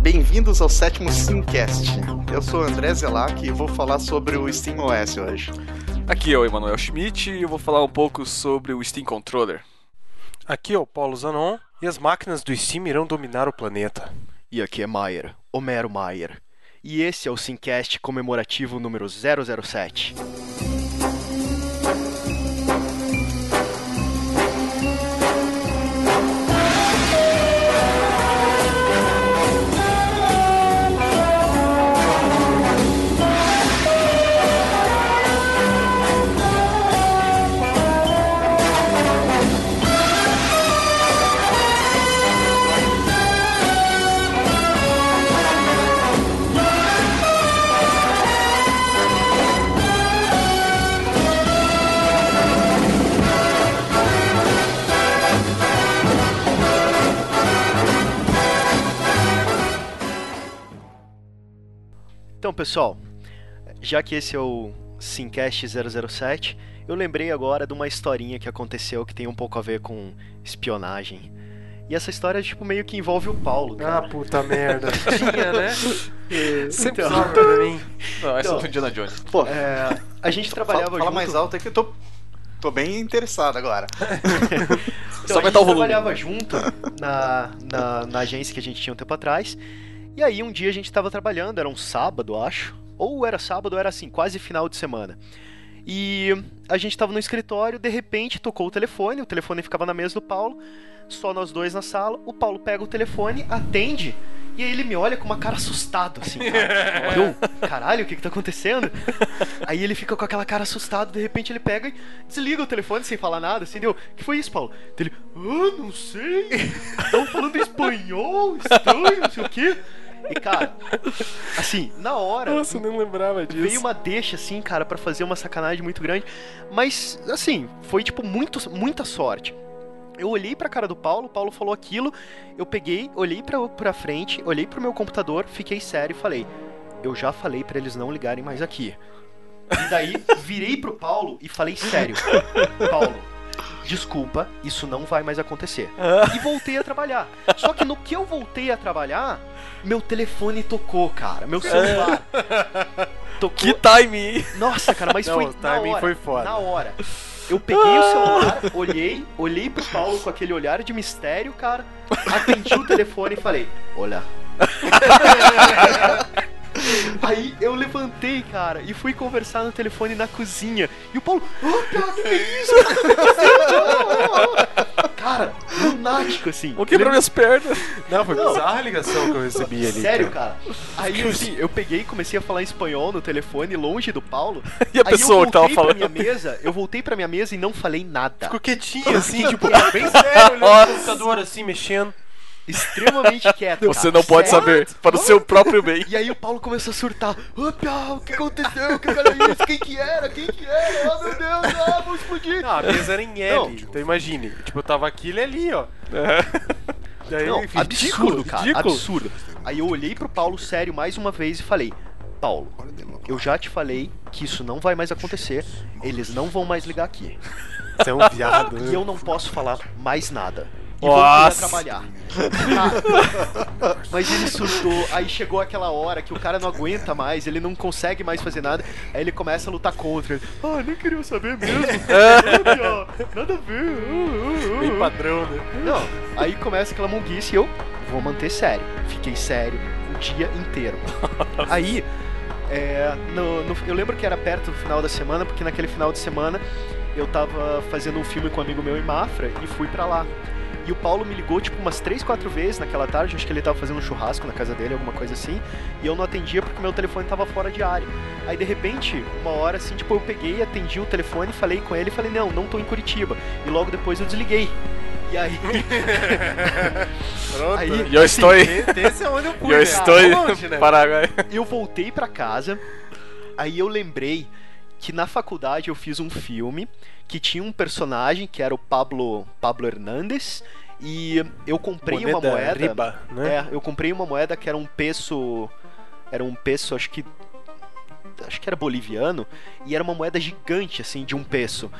Bem-vindos ao sétimo Simcast. Eu sou o André Zelac e vou falar sobre o SteamOS hoje. Aqui é o Emanuel Schmidt e eu vou falar um pouco sobre o Steam Controller. Aqui é o Paulo Zanon e as máquinas do Steam irão dominar o planeta. E aqui é Maier, Homero Maier. E esse é o Simcast comemorativo número 007. Então, pessoal, já que esse é o Simcast 007, eu lembrei agora de uma historinha que aconteceu que tem um pouco a ver com espionagem. E essa história, tipo, meio que envolve o Paulo, Ah, cara. puta merda. Tinha, né? Sempre Então. sobra pra mim. Não, essa Então. é do Indiana Jones. Pô, É, a gente fala, trabalhava fala junto... mais alto é que eu tô, tô bem interessado agora. Então, Só a gente aumentar o volume. trabalhava junto na, na, na agência que a gente tinha um tempo atrás. E aí um dia a gente tava trabalhando, era um sábado, acho. Ou era sábado, ou era assim, quase final de semana. E a gente tava no escritório, de repente tocou o telefone, o telefone ficava na mesa do Paulo, só nós dois na sala. O Paulo pega o telefone, atende, e aí ele me olha com uma cara assustado, assim. Cara. Eu, caralho, o que que tá acontecendo? Aí ele fica com aquela cara assustado, de repente ele pega e desliga o telefone sem falar nada, assim, deu. O que foi isso, Paulo? Ele, ah, não sei. Estão falando espanhol, estranho, não sei o quê. E cara, assim, na hora, Nossa, eu nem lembrava disso. veio uma deixa, assim, cara, pra fazer uma sacanagem muito grande. Mas, assim, foi, tipo, muito, muita sorte. Eu olhei pra cara do Paulo, o Paulo falou aquilo, eu peguei, olhei pra, pra frente, olhei pro meu computador, fiquei sério e falei, eu já falei pra eles não ligarem mais aqui. E daí, virei pro Paulo e falei sério, Paulo, desculpa, isso não vai mais acontecer. E voltei a trabalhar. Só que no que eu voltei a trabalhar, meu telefone tocou, cara, meu celular. Tocou, Que timing! nossa, cara, mas Não, foi o na timing hora. foi foda. Na hora. Eu peguei o celular, olhei, olhei pro Paulo com aquele olhar de mistério, cara. Atendi o telefone e falei: Olha. Aí eu levantei, cara, e fui conversar no telefone na cozinha. E o Paulo, "Ah, cara, que é isso? cara, lunático assim. Vou quebrar minhas pernas. Não, foi Não. bizarra a ligação que eu recebi ali. Sério, cara. Aí assim, eu peguei e comecei a falar em espanhol no telefone, longe do Paulo. E a Aí pessoa eu que tava voltei pra falando. minha mesa, eu voltei pra minha mesa e não falei nada. Ficou quietinho assim, tipo, bem sério, olhando no computador assim, mexendo. Extremamente quieto. cara. Você não pode Sério. saber, para o seu próprio bem. E aí o Paulo começou a surtar. Ah, Pia, o que aconteceu? Que cara é isso? Quem que era? Quem que era? Ah, meu Deus, ah, vou explodir. Ah, a mesa era em L, Não, tipo- então imagine. Tipo, eu tava aqui, ele ali, ó. Daí, Não, enfim, absurdo, cara. ridículo. Absurdo. Aí eu olhei pro Paulo sério mais uma vez e falei: Paulo, eu já te falei que isso não vai mais acontecer. Eles não vão mais ligar aqui. Você é um viado, né? E eu não posso falar mais nada. E Nossa. voltei a trabalhar. Cara, mas ele surtou, aí chegou aquela hora que o cara não aguenta mais, ele não consegue mais fazer nada, aí ele começa a lutar contra. Ah, nem queria saber mesmo. Nada, ó, nada a ver. uh, uh, uh, Bem uh." padrão, né? Não, aí começa aquela monguice e eu vou manter sério. Fiquei sério o dia inteiro. Aí, é, no- no- eu lembro que era perto do final da semana, porque naquele final de semana eu tava fazendo um filme com um amigo meu em Mafra e fui pra lá. E o Paulo me ligou tipo umas 3, 4 vezes naquela tarde, acho que ele tava fazendo um churrasco na casa dele, alguma coisa assim, e eu não atendia porque meu telefone tava fora de área. Aí de repente, uma hora assim, tipo, eu peguei, atendi o telefone, falei com ele e falei, não, não tô em Curitiba. E logo depois eu desliguei. E aí, Pronto. Aí- E eu estou aí. Esse é onde eu E fui, eu né? estou Ah, longe, né? em Paraguai. eu voltei pra casa, aí eu lembrei que na faculdade eu fiz um filme que tinha um personagem que era o Pablo Pablo Hernandes e eu comprei uma moeda. riba, né? É, eu comprei uma moeda que era um peso, era um peso, acho que acho que era boliviano e era uma moeda gigante assim de um peso.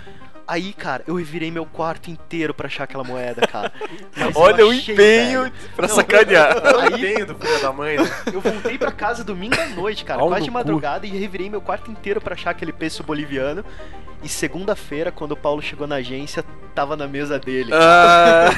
Aí, cara, eu revirei meu quarto inteiro pra achar aquela moeda, cara. Mas eu Olha o achei, empenho velho. pra Não, sacanear. Aí Entendo, filho da mãe. né? eu voltei pra casa domingo à noite, cara, Pau quase de no cu. madrugada, e revirei meu quarto inteiro pra achar aquele peso boliviano. E segunda-feira, quando o Paulo chegou na agência, tava na mesa dele. Ah,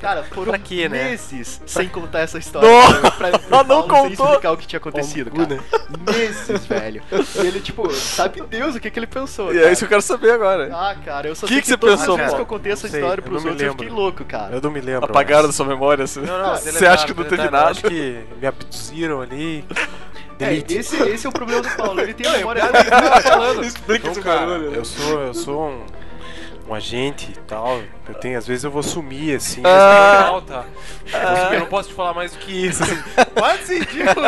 Cara, foram Pra quê, né? meses sem contar essa história. Nossa, pra, ela não Paulo, Sem contou. explicar o que tinha acontecido, Pau no né? cara. cu, Meses, velho. E ele, tipo, sabe Deus o que, que ele pensou. e é cara. isso que eu quero saber agora. Ah, cara, eu só Que sei que você todas pensou, as vezes Paulo? que eu contei essa Não sei, história eu pros não me outros, eu lembro. fiquei louco, cara. Eu não me lembro. Apagaram da mais. sua memória? Você, Não, não, é você deletaram, acha que não teve deletaram, nada? Acho que me abduziram ali. É, Delete. esse, esse é o problema do Paulo, ele tem é a memória Explica Então, esse cara, barulho. né? eu sou, eu sou um, um agente e tal. Eu tenho, às vezes eu vou sumir assim. Ah. Não, tá. Eu não posso te falar mais do que isso. assim. Quase ridículo,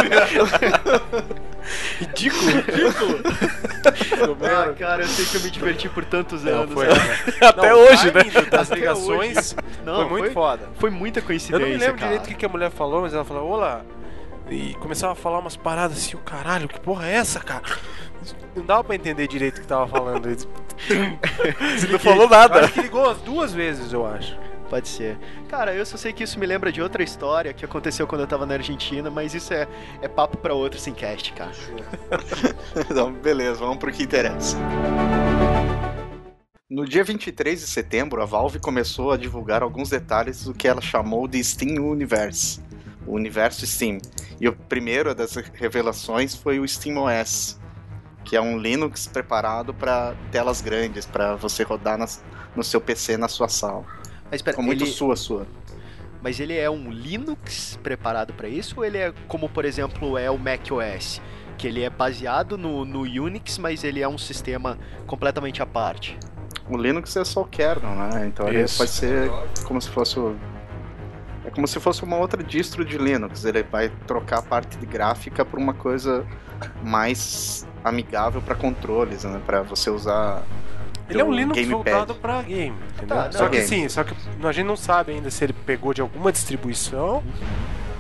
Ridículo. Ah, cara, eu sei que eu me diverti por tantos Não, anos. né? foi. cara. Até Não, o hoje, né? timing Das Até ligações Não, foi muito foda. foi muita coincidência, Eu não me lembro cara. direito o que que a mulher falou, mas ela falou, olá. E começava a falar umas paradas assim, o caralho, que porra é essa, cara? Não dava pra entender direito o que tava falando. Eu disse, Você não falou nada. Acho que ligou umas duas vezes, eu acho. Pode ser. Cara, eu só sei que isso me lembra de outra história que aconteceu quando eu tava na Argentina, mas isso é, é papo pra outro simcast, cara. Então, beleza, vamos pro que interessa. No dia 23 de setembro, a Valve começou a divulgar alguns detalhes do que ela chamou de Steam Universe, o universo Steam. E o primeiro das revelações foi o Steam OS, que é um Linux preparado para telas grandes, para você rodar nas- no seu PC na sua sala. Mas pera, Ficou muito ele- sua, sua. mas ele é um Linux preparado pra isso ou ele é como, por exemplo, é o Mac OS? Que ele é baseado no, no Unix, mas ele é um sistema completamente à parte. O Linux é só o kernel, né? Então ele Isso. pode ser como se fosse o... É como se fosse uma outra distro de Linux. Ele vai trocar a parte de gráfica por uma coisa mais amigável para controles, né? Para você usar. Ele é um Do Linux Gamepad. voltado pra game, entendeu? Tá, só não. que Game. sim, só que a gente não sabe ainda se ele pegou de alguma distribuição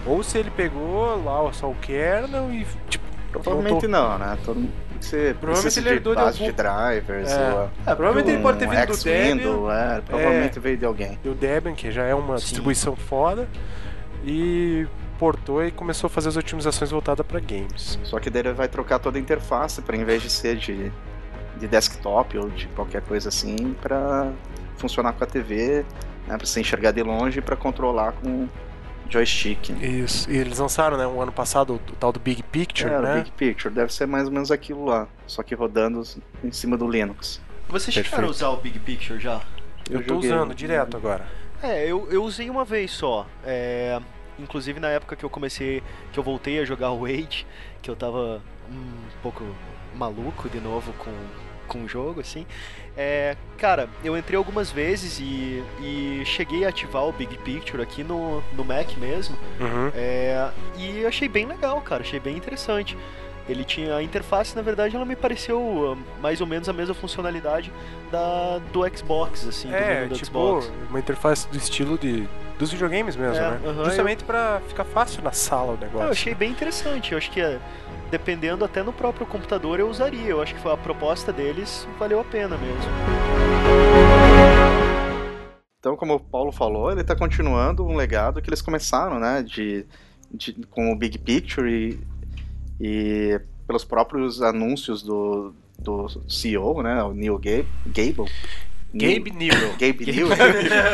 ou se ele pegou lá só o kernel e tipo. Provavelmente montou- não, né? Todo mundo você Provavelmente precisa ele de herdou de base algum- de drivers, É. ou É, provavelmente ele pode ter um vindo do Debian. X-Window, é, provavelmente veio de alguém. do Debian, que já é uma Sim. distribuição foda, e portou e começou a fazer as otimizações voltadas para games. Só que daí ele vai trocar toda a interface para invés de ser de, de desktop ou de qualquer coisa assim, para funcionar com a TV, né, para você enxergar de longe e para controlar com joystick. Isso. E eles lançaram, né, o ano passado, o tal do Big Picture, é, o né? Big Picture deve ser mais ou menos aquilo lá, só que rodando em cima do Linux. Vocês chegaram a usar o Big Picture já? Eu, tô joguei. usando direto agora. É, eu, eu usei uma vez só. É, inclusive na época que eu comecei, que eu voltei a jogar o Wade, que eu tava um pouco maluco de novo com, com o jogo, assim. É, cara, eu entrei algumas vezes e, e cheguei a ativar o Big Picture aqui no, no Mac mesmo. Uhum. É, e achei bem legal, cara, achei bem interessante. Ele tinha a interface, na verdade, ela me pareceu ah, mais ou menos a mesma funcionalidade da do Xbox, assim, do É, menu do tipo, Xbox. uma interface do estilo de dos videogames mesmo, É, né? aham, Justamente pra ficar fácil na sala o Ah, negócio. Eu achei bem interessante. Eu acho que é, dependendo até no próprio computador eu usaria. Eu acho que foi a proposta deles valeu a pena mesmo. Então, como o Paulo falou, ele está continuando um legado que eles começaram, né, de, de- com o Big Picture e, e pelos próprios anúncios do, do CEO, né, o Neil Ga- Gable. Gabe Newell. Gabe Newell.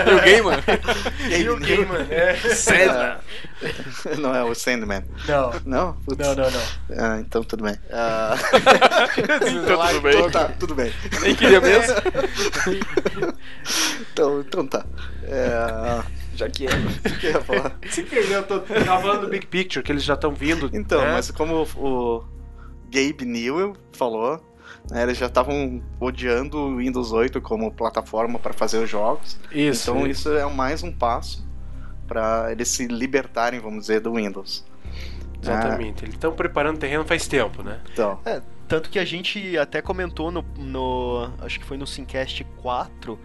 E o game, mano? Gabe Newell. César. Não é o Sandman. Não, Não? Putz. não, não, não. Ah, então tudo bem. Ah, Então tudo bem. então tá, tudo bem. Nem queria mesmo. Então, então tá. É, Já que é. o que eu ia falar? Se perdeu, eu tô tava falando do Big Picture, que eles já estão vindo. Então, né? mas como o Gabe Newell falou, né, eles já estavam odiando o Windows 8 como plataforma para fazer os jogos. Isso. então isso é mais um passo para eles se libertarem, vamos dizer, do Windows. Exatamente. Eles estão preparando o terreno faz tempo, né? Então, Tanto que a gente até comentou no, no- acho que foi no Syncast 4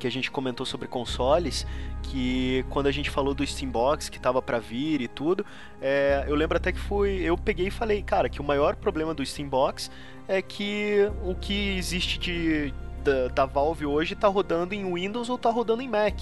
que a gente comentou sobre consoles, que quando a gente falou do Steambox que tava pra vir e tudo, é, eu lembro até que fui, eu peguei e falei, cara, que o maior problema do Steambox é que o que existe de, da, da Valve hoje tá rodando em Windows ou tá rodando em Mac.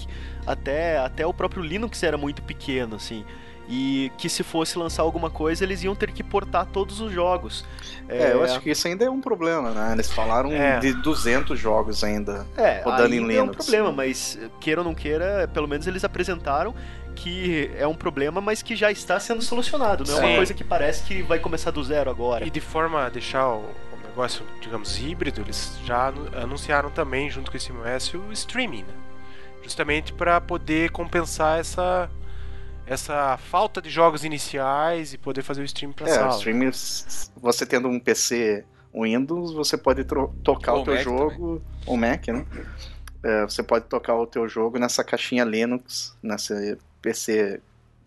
Até, até o próprio Linux era muito pequeno, assim. E que se fosse lançar alguma coisa, eles iam ter que portar todos os jogos. É, eu acho que isso ainda é um problema, né? Eles falaram É. de 200 jogos ainda. É, rodando aí em é um Linux. problema, mas eh, queira ou não queira, pelo menos eles apresentaram que é um problema, mas que já está sendo solucionado. Não é uma Sim. coisa que parece que vai começar do zero agora. E de forma a deixar o, o negócio, digamos, híbrido, eles já anu- anunciaram também, junto com esse OS, o streaming, né? Justamente para poder compensar essa, essa falta de jogos iniciais e poder fazer o stream para É, sala. o streaming, s- você tendo um PC Windows, você pode tro- tocar Ou o teu Mac jogo, ou Mac, né? É, você pode tocar o teu jogo nessa caixinha Linux, nesse PC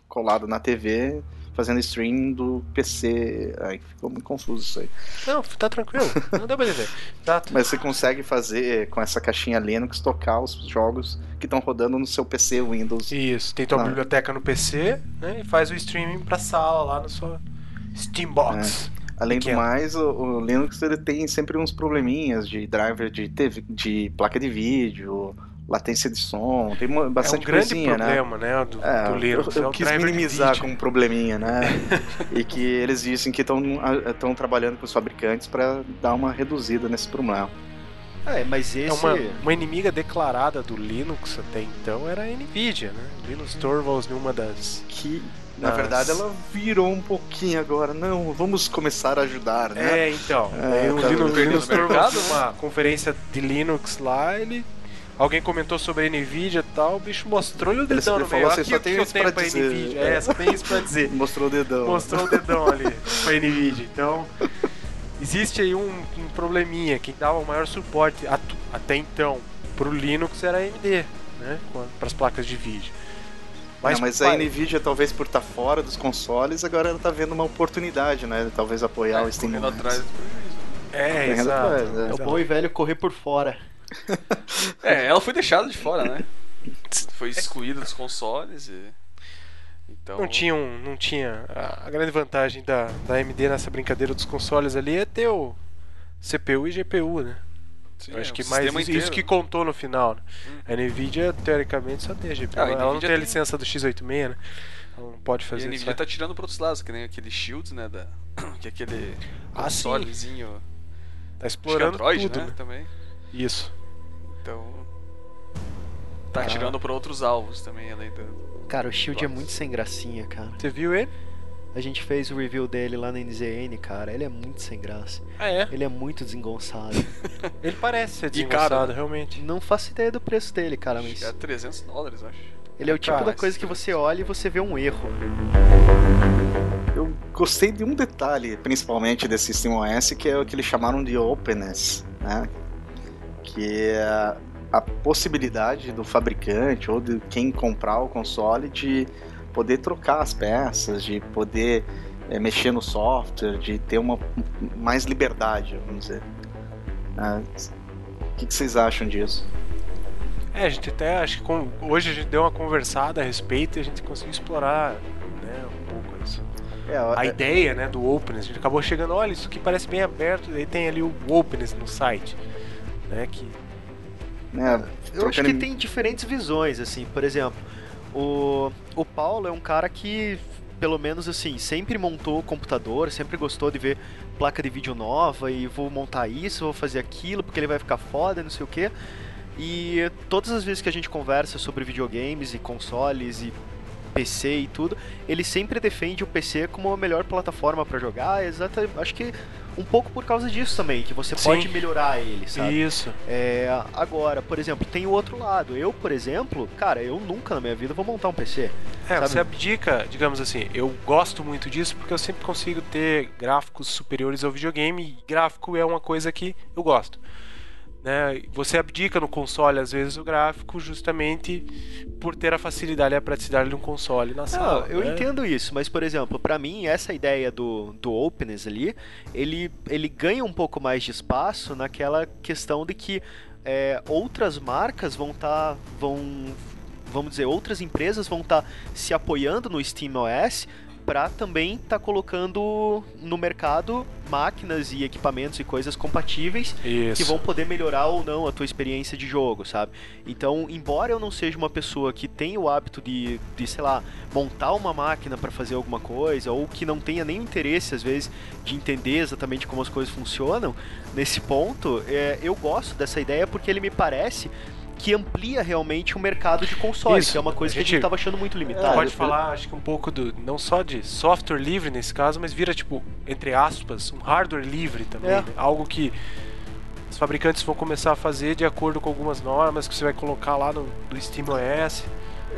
colado na TV, fazendo stream do PC. Ai, ficou muito confuso isso aí. Não, tá tranquilo, não deu pra entender. Tá, Mas você consegue fazer com essa caixinha Linux tocar os jogos que estão rodando no seu PC Windows. Isso, tem tua Tá. biblioteca no PC né, e faz o streaming pra sala lá na sua É, Steambox. É um Além do pequeno. mais, o, o Linux ele tem sempre uns probleminhas de driver de, TV, de placa de vídeo, latência de som, tem uma- É um bastante grande coisinha, né? problema, né? do, É, do Linux. eu, é eu o quis driver de minimizar vídeo. com um probleminha, né? e que eles dizem que estão trabalhando com os fabricantes para dar uma reduzida nesse problema. É, mas esse. É uma, uma inimiga declarada do Linux até então era a NVIDIA, né? Linux Torvalds numa das... Que, na Nossa. verdade, ela virou um pouquinho agora. Não, vamos começar a ajudar, né? É, então. É, aí o tá Linux, perdendo Linux o mercado, Torvalds, uma conferência de Linux lá, ele... Alguém comentou sobre a NVIDIA e tal, o bicho mostrou-lhe o dedão ele no falou meio. assim, Aqui, só o que tem eu isso tenho pra pra dizer. NVIDIA. É, só tem isso pra dizer. Mostrou o dedão. mostrou o dedão ali pra NVIDIA. Então, existe aí um, um probleminha. Quem dava o maior suporte atu- até então pro Linux era a AMD, né? Para as placas de vídeo. Mas, mas a Nvidia, talvez por estar fora dos consoles, agora ela tá vendo uma oportunidade, né? Talvez apoiar o Steam. correndo OS. atrás. É, Correndo exato. atrás, né? É o exato. bom e velho correr por fora. É, ela foi deixada de fora, né? Foi excluída dos consoles e. Então. Não tinha, um, não tinha. A a grande vantagem da, da AMD nessa brincadeira dos consoles ali é ter o CPU e GPU, né? Sim, Eu acho é, que o mais sistema isso, inteiro. isso que contou no final. Né? Hum. A Nvidia, teoricamente, só tem a GPU. Ah, a ela não Nvidia tem a tem- licença do X86, né? Ela não pode E a fazer isso. né? Nvidia tá tirando pra outros lados, que nem aquele Shield, né? Da... Que é aquele Ah, sim. consolezinho. Tá Acho que é explorando Android, tudo. né? né? Também. Isso. Então. Tá Cara. tirando pra outros alvos também, além do. Cara, o Shield é Nossa. muito sem gracinha, cara. Você viu ele? A gente fez o review dele lá na NZN, cara. Ele é muito sem graça. Ah, é. Ele é muito desengonçado. Ele parece ser E caro, desengonçado, né? realmente. Não faço ideia do preço dele, cara, mas. Chega a 300 é dólares, eu acho. Ele é o tipo Cara, da coisa que você olha e você vê um erro. Eu gostei de um detalhe, principalmente desse SteamOS, que é o que eles chamaram de openness, né? Que é a- a possibilidade do fabricante ou de quem comprar o console de poder trocar as peças, de poder eh, mexer no software, de ter uma mais liberdade, vamos dizer. Ah, O que que vocês acham disso? É, a gente até acho que com- hoje a gente deu uma conversada a respeito e a gente conseguiu explorar né, um pouco isso. É, A ideia né, do openness, a gente acabou chegando, olha, isso aqui parece bem aberto, daí tem ali o openness no site. Né, que né, Eu acho trocando que em- tem diferentes visões, assim. Por exemplo, o, o Paulo é um cara que, pelo menos assim, sempre montou computador, sempre gostou de ver placa de vídeo nova e vou montar isso, vou fazer aquilo, porque ele vai ficar foda, não sei o quê. E todas as vezes que a gente conversa sobre videogames e consoles e PC e tudo, ele sempre defende o PC como a melhor plataforma pra jogar. Exata, acho que um pouco por causa disso também, que você Sim. pode melhorar ele, sabe? Isso. É, agora, por exemplo, tem o outro lado. Eu, por exemplo, cara, eu nunca na minha vida vou montar um PC. É, Sabe? você abdica, digamos assim, eu gosto muito disso porque eu sempre consigo ter gráficos superiores ao videogame e gráfico é uma coisa que eu gosto. Né? Você abdica no console, às vezes, o gráfico justamente por ter a facilidade e a praticidade de um console na sala. Não, Ah, eu né? entendo isso, mas, por exemplo, pra mim, essa ideia do, do openness ali, ele, ele ganha um pouco mais de espaço naquela questão de que é, outras marcas vão estar. tá vão. Vamos dizer, outras empresas vão estar se apoiando no SteamOS pra também tá colocando no mercado máquinas e equipamentos e coisas compatíveis Isso. que vão poder melhorar ou não a tua experiência de jogo, sabe? Então, embora eu não seja uma pessoa que tenha o hábito de, de sei lá, montar uma máquina para fazer alguma coisa, ou que não tenha nem interesse, às vezes, de entender exatamente como as coisas funcionam, nesse ponto, é, eu gosto dessa ideia porque ele me parece que amplia realmente o mercado de consoles, Isso. que é uma A coisa que a gente gente- tava achando muito Tu Ah, limitada. pode eu- falar, acho que um pouco do. Não só de software livre nesse caso, mas vira, tipo, entre aspas, um hardware livre também. É. né? Algo que os fabricantes vão começar a fazer de acordo com algumas normas que você vai colocar lá no, do Steam OS.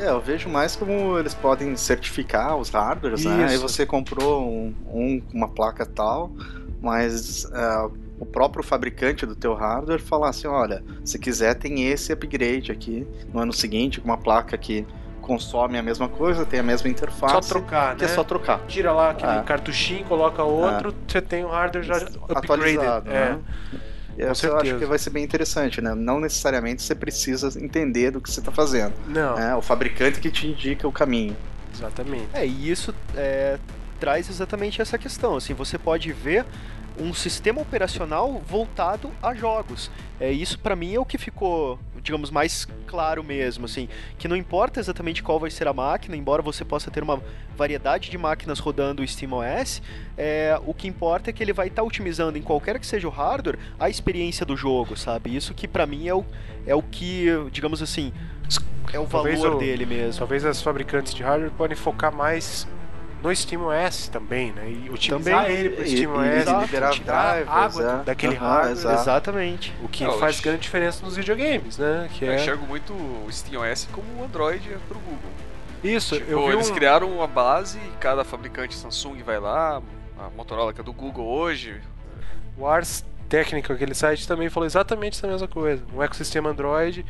É, eu vejo mais como eles podem certificar os hardwares, né? Isso. Aí você comprou um, um- uma placa tal, mas ah, o próprio fabricante do teu hardware falar assim, olha, se quiser tem esse upgrade aqui no ano seguinte, com uma placa que consome a mesma coisa, tem a mesma Só interface, trocar, que né? é só trocar. Tira lá aquele Ah. cartuchinho, coloca outro, você tem o hardware já upgraded. Atualizado, é. né? Essa eu certeza. acho que vai ser bem interessante, né? Não necessariamente você precisa entender do que você está fazendo. É. Não, né? O fabricante que te indica o caminho. exatamente. É, e isso é, traz exatamente essa questão. Assim, você pode ver um sistema operacional voltado a jogos. É isso para mim é o que ficou, digamos, mais claro mesmo, assim, que não importa exatamente qual vai ser a máquina, embora você possa ter uma variedade de máquinas rodando o SteamOS, é, o que importa é que ele vai estar otimizando em qualquer que seja o hardware a experiência do jogo, sabe? Isso que para mim é o, é o que, digamos assim, é o Talvez valor o- dele mesmo. Talvez as fabricantes de hardware podem focar mais no SteamOS também, né? E otimizar Também. ele pro E- SteamOS, né? e liberar tirar drivers, água é. daquele Aham, hardware. exato. Exatamente. O que É, eu faz acho- grande diferença nos videogames, né? Que Eu é... enxergo muito o SteamOS como o Android pro Google. Isso, Tipo, eu vi eles um... criaram uma base e cada fabricante Samsung vai lá, a Motorola que é do Google hoje. O Ars Técnico, aquele site, também falou exatamente essa mesma coisa. Um ecossistema Android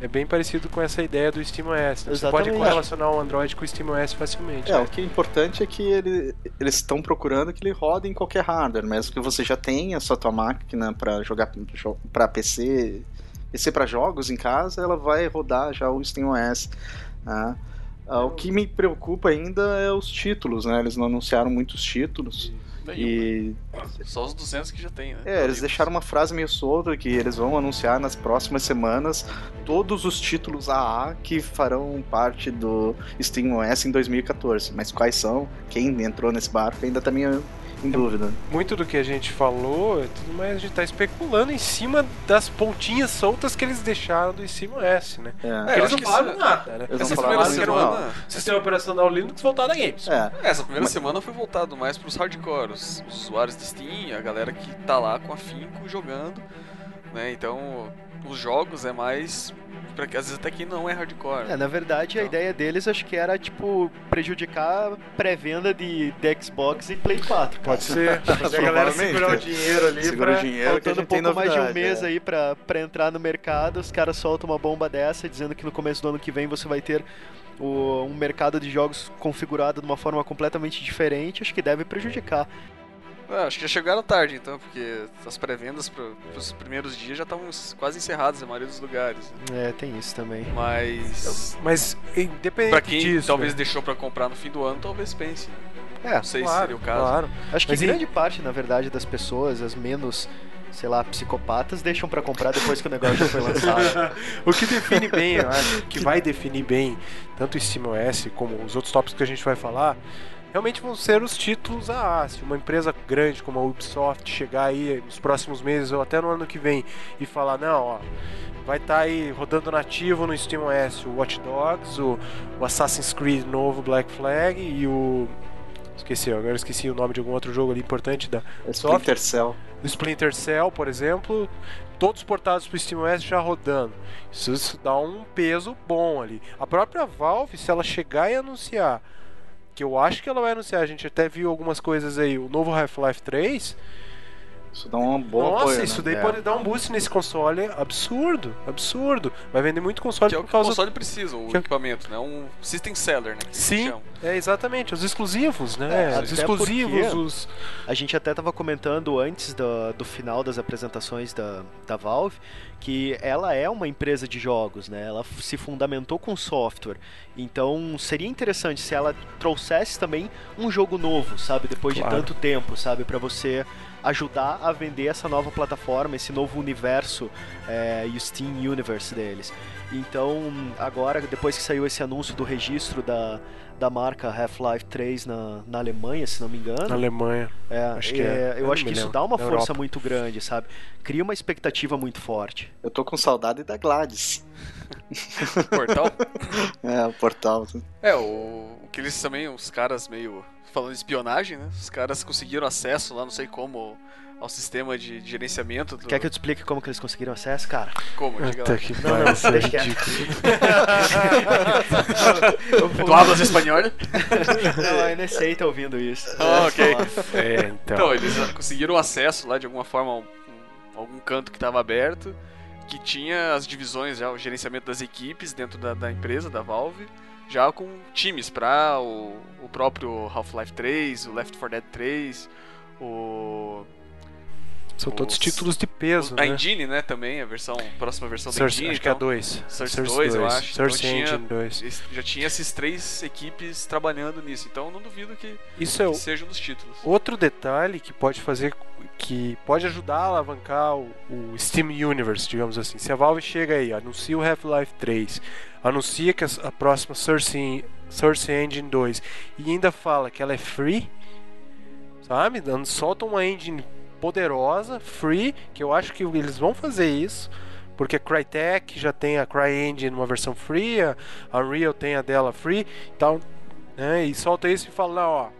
é bem parecido com essa ideia do SteamOS. Né? Você pode Exatamente. correlacionar o Android com o SteamOS facilmente. É, né? o que é importante é que ele- eles estão procurando que ele rode em qualquer hardware, mesmo que você já tenha só tua máquina para jogar para PC, PC para jogos em casa, ela vai rodar já o SteamOS. né? Ah, o que me preocupa ainda é os títulos, né? Eles não anunciaram muitos títulos um e É Só os 200 que já tem, né? é, eles deixaram uma frase meio solta que eles vão anunciar nas próximas semanas todos os títulos AA que farão parte do SteamOS em 2014. Mas quais são? Quem entrou nesse barco ainda tá meio em dúvida. Muito do que a gente falou, é tudo mais a gente tá especulando em cima das pontinhas soltas que eles deixaram do SteamOS, né? É. É, eu eles acho não que falaram isso- nada, né? eles não Essa falaram primeira muito, que era um semana. sistema operacional Linux voltado a games. É, É, Essa primeira Mas- semana foi voltado mais pros hardcore, os, os usuários de Steam, a galera que tá lá com afinco jogando, né? Então, os jogos é mais para às vezes até quem não é hardcore. né? É, na verdade, a Então. ideia deles acho que era, tipo, prejudicar a pré-venda de, de Xbox e Play 4. cara. Pode ser. Fazer a galera Provavelmente. segurar o dinheiro ali segura pra... É o dinheiro que a Faltando um gente tem pouco mais de um novidade, mês é. aí pra, pra entrar no mercado, os caras soltam uma bomba dessa dizendo que no começo do ano que vem você vai ter o- um mercado de jogos configurado de uma forma completamente diferente, acho que deve prejudicar. Ah, acho que já chegaram tarde, então, porque as pré-vendas pro, pros primeiros dias já estavam quase encerradas na maioria dos lugares. né? É, tem isso também. Mas. Mas independente Pra quem disso, talvez deixou pra comprar no fim do ano, talvez pense. né? É, Não sei se claro, seria o caso. claro. Acho que Mas e- grande parte, na verdade, das pessoas, as menos, sei lá, psicopatas, deixam pra comprar depois que o negócio já foi lançado. O que define bem, eu acho, o que vai definir bem tanto o SteamOS como os outros tópicos que a gente vai falar, realmente vão ser os títulos a Se uma empresa grande como a Ubisoft chegar aí nos próximos meses ou até no ano que vem e falar, não, ó, vai estar aí rodando nativo no SteamOS o Watch Dogs, o, o Assassin's Creed novo, Black Flag e o... Esqueci, agora eu esqueci o nome de algum outro jogo ali importante da Splinter Cell. o Splinter Cell, por exemplo, todos portados pro SteamOS já rodando. Isso, isso dá um peso bom ali. A própria Valve, se ela chegar e anunciar, que eu acho que ela vai anunciar, a gente até viu algumas coisas aí, o novo Half-Life 3, Isso dá uma boa Nossa, apoio, isso né? daí É. pode dar um boost nesse console absurdo, absurdo. Vai vender muito console Que é o por que o causa console precisa, o que- equipamento, né? Um system seller, né? que se Sim. chama. É, exatamente, os exclusivos, É, né? até os exclusivos, porque- os. A gente até tava comentando antes do, do final das apresentações da, da Valve que ela é uma empresa de jogos, né? Ela f- se fundamentou com software. Então seria interessante se ela trouxesse também um jogo novo, sabe? Depois Claro. de tanto tempo, sabe? Pra você ajudar a vender essa nova plataforma, esse novo universo é, e o Steam Universe deles. Então, agora, depois que saiu esse anúncio do registro da, da marca Half-Life 3 na, na Alemanha, se não me engano. Na Alemanha. É, Acho que é, é. Eu eu não acho me que isso lembro. dá uma Da força Europa. muito grande, sabe? Cria uma expectativa muito forte. Eu tô com saudade da Gladys. Portal. É, o portal. É, o, o que eles também, os caras meio. Falando de espionagem, né? Os caras conseguiram acesso lá, não sei como, ao sistema de de gerenciamento do. Quer que eu te explique como que eles conseguiram acesso, cara? Como? Diga lá. que Não, não, deixa quieto. Tu É, hablas espanhol? né? Então. Não, a NSA tá ouvindo isso. Ah, ok. É, então. Então, eles conseguiram acesso lá de alguma forma a um- um- algum canto que estava aberto, que tinha as divisões já, o gerenciamento das equipes dentro da, da empresa, da Valve, já com times para o, o próprio Half-Life 3, o Left 4 Dead 3, o São todos os- títulos de peso, a né? Engine, né, também, a versão a próxima versão da Source, Engine. acho que é a então, 2. Source 2, eu acho. Source Então tinha- Engine 2. es- já tinha esses três equipes trabalhando nisso, então não duvido que, Isso é que o- seja um dos títulos. outro detalhe que pode fazer, que pode ajudar a alavancar o, o Steam Universe, digamos assim. Se a Valve chega aí, anuncia o Half-Life 3, anuncia que a, a próxima Source, En- Source Engine 2 e ainda fala que ela é free, sabe? Dan- Solta uma engine poderosa, free, que eu acho que eles vão fazer isso. Porque a Crytek já tem a CryEngine numa versão free, a a Unreal tem a dela free e tal, né? E solta isso e fala, não, ó,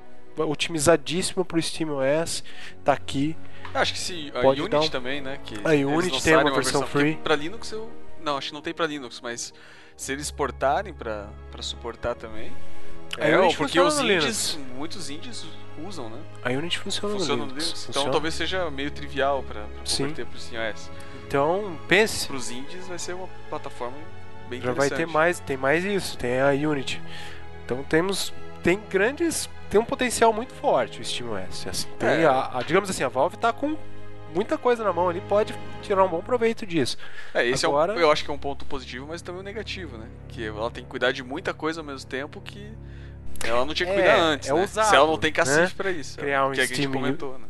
otimizadíssima pro SteamOS, tá aqui. Eu Acho que se a Pode Unity dar um- também, né? Que A eles Unity lançaram tem uma versão porque free. Pra Linux eu. Não, acho que não tem pra Linux, mas se eles portarem pra, pra suportar também. A É, Unity porque funciona os no indies, muitos indies usam, né? A Unity funciona, Funciona no Linux. Então funciona. talvez seja meio trivial pra, pra Sim. converter pro iOS. Então, pense, Pros indies vai ser uma plataforma bem já vai interessante. ter mais, tem mais isso, tem a Unity. Então temos, tem grandes, tem um potencial muito forte o SteamOS. Assim, tem É. a, a- digamos assim, a Valve tá com muita coisa na mão ali, pode tirar um bom proveito disso. É, esse é Agora- um, eu acho que é um ponto positivo, mas também um negativo, né? Que ela tem que cuidar de muita coisa ao mesmo tempo que ela não tinha que É, cuidar antes. é né? Se ousado, ela não tem né? cacife pra isso. é Criar um que a gente Steam comentou, né?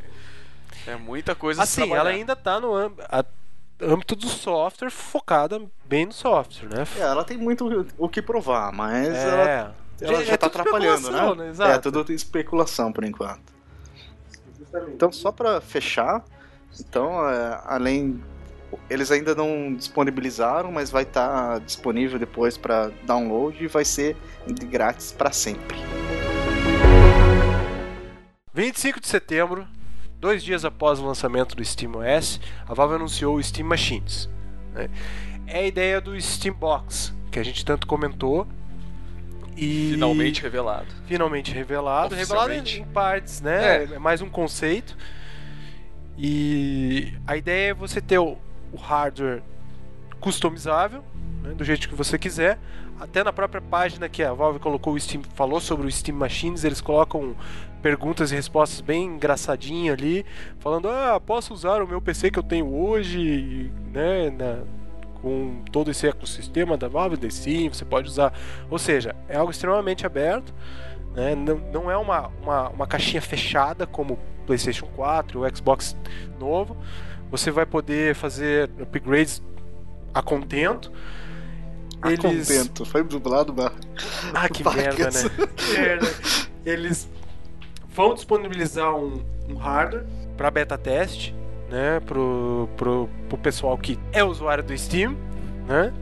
É muita coisa a se Assim, ela trabalhar. ainda tá no âmb- a- âmbito do software, focada bem no software, né? É, ela tem muito o que provar, É, mas ela Ela É, já é tá tudo atrapalhando, especulação, né? né? Exato. É tudo especulação por enquanto. Então, só pra fechar, então, é, além. Eles ainda não disponibilizaram, mas vai estar disponível depois pra download e vai ser de grátis pra sempre. 25 de setembro, dois dias após o lançamento do SteamOS, a Valve anunciou o Steam Machines. né? É a ideia do Steam Box, que a gente tanto comentou. E Finalmente revelado. finalmente revelado. Revelado Oficialmente. em partes, né? É. mais um conceito. E a ideia é você ter o, o hardware customizável, né, do jeito que você quiser. Até na própria página que a Valve colocou o Steam, falou sobre o Steam Machines, eles colocam perguntas e respostas bem engraçadinha ali, falando: "Ah, posso usar o meu PC que eu tenho hoje, né, na- com todo esse ecossistema da Valve, daí sim, você pode usar. Ou seja, é algo extremamente aberto né? Não, não é uma, uma, uma caixinha fechada como o PlayStation 4 ou Xbox novo. Você vai poder fazer upgrades a contento. A Ah, contento. Foi dublado, bah. Ah, que Vargas. merda, né? Que merda. Eles vão disponibilizar um, um hardware para beta teste, né? Pro, pro, pro pessoal que é usuário do Steam, né?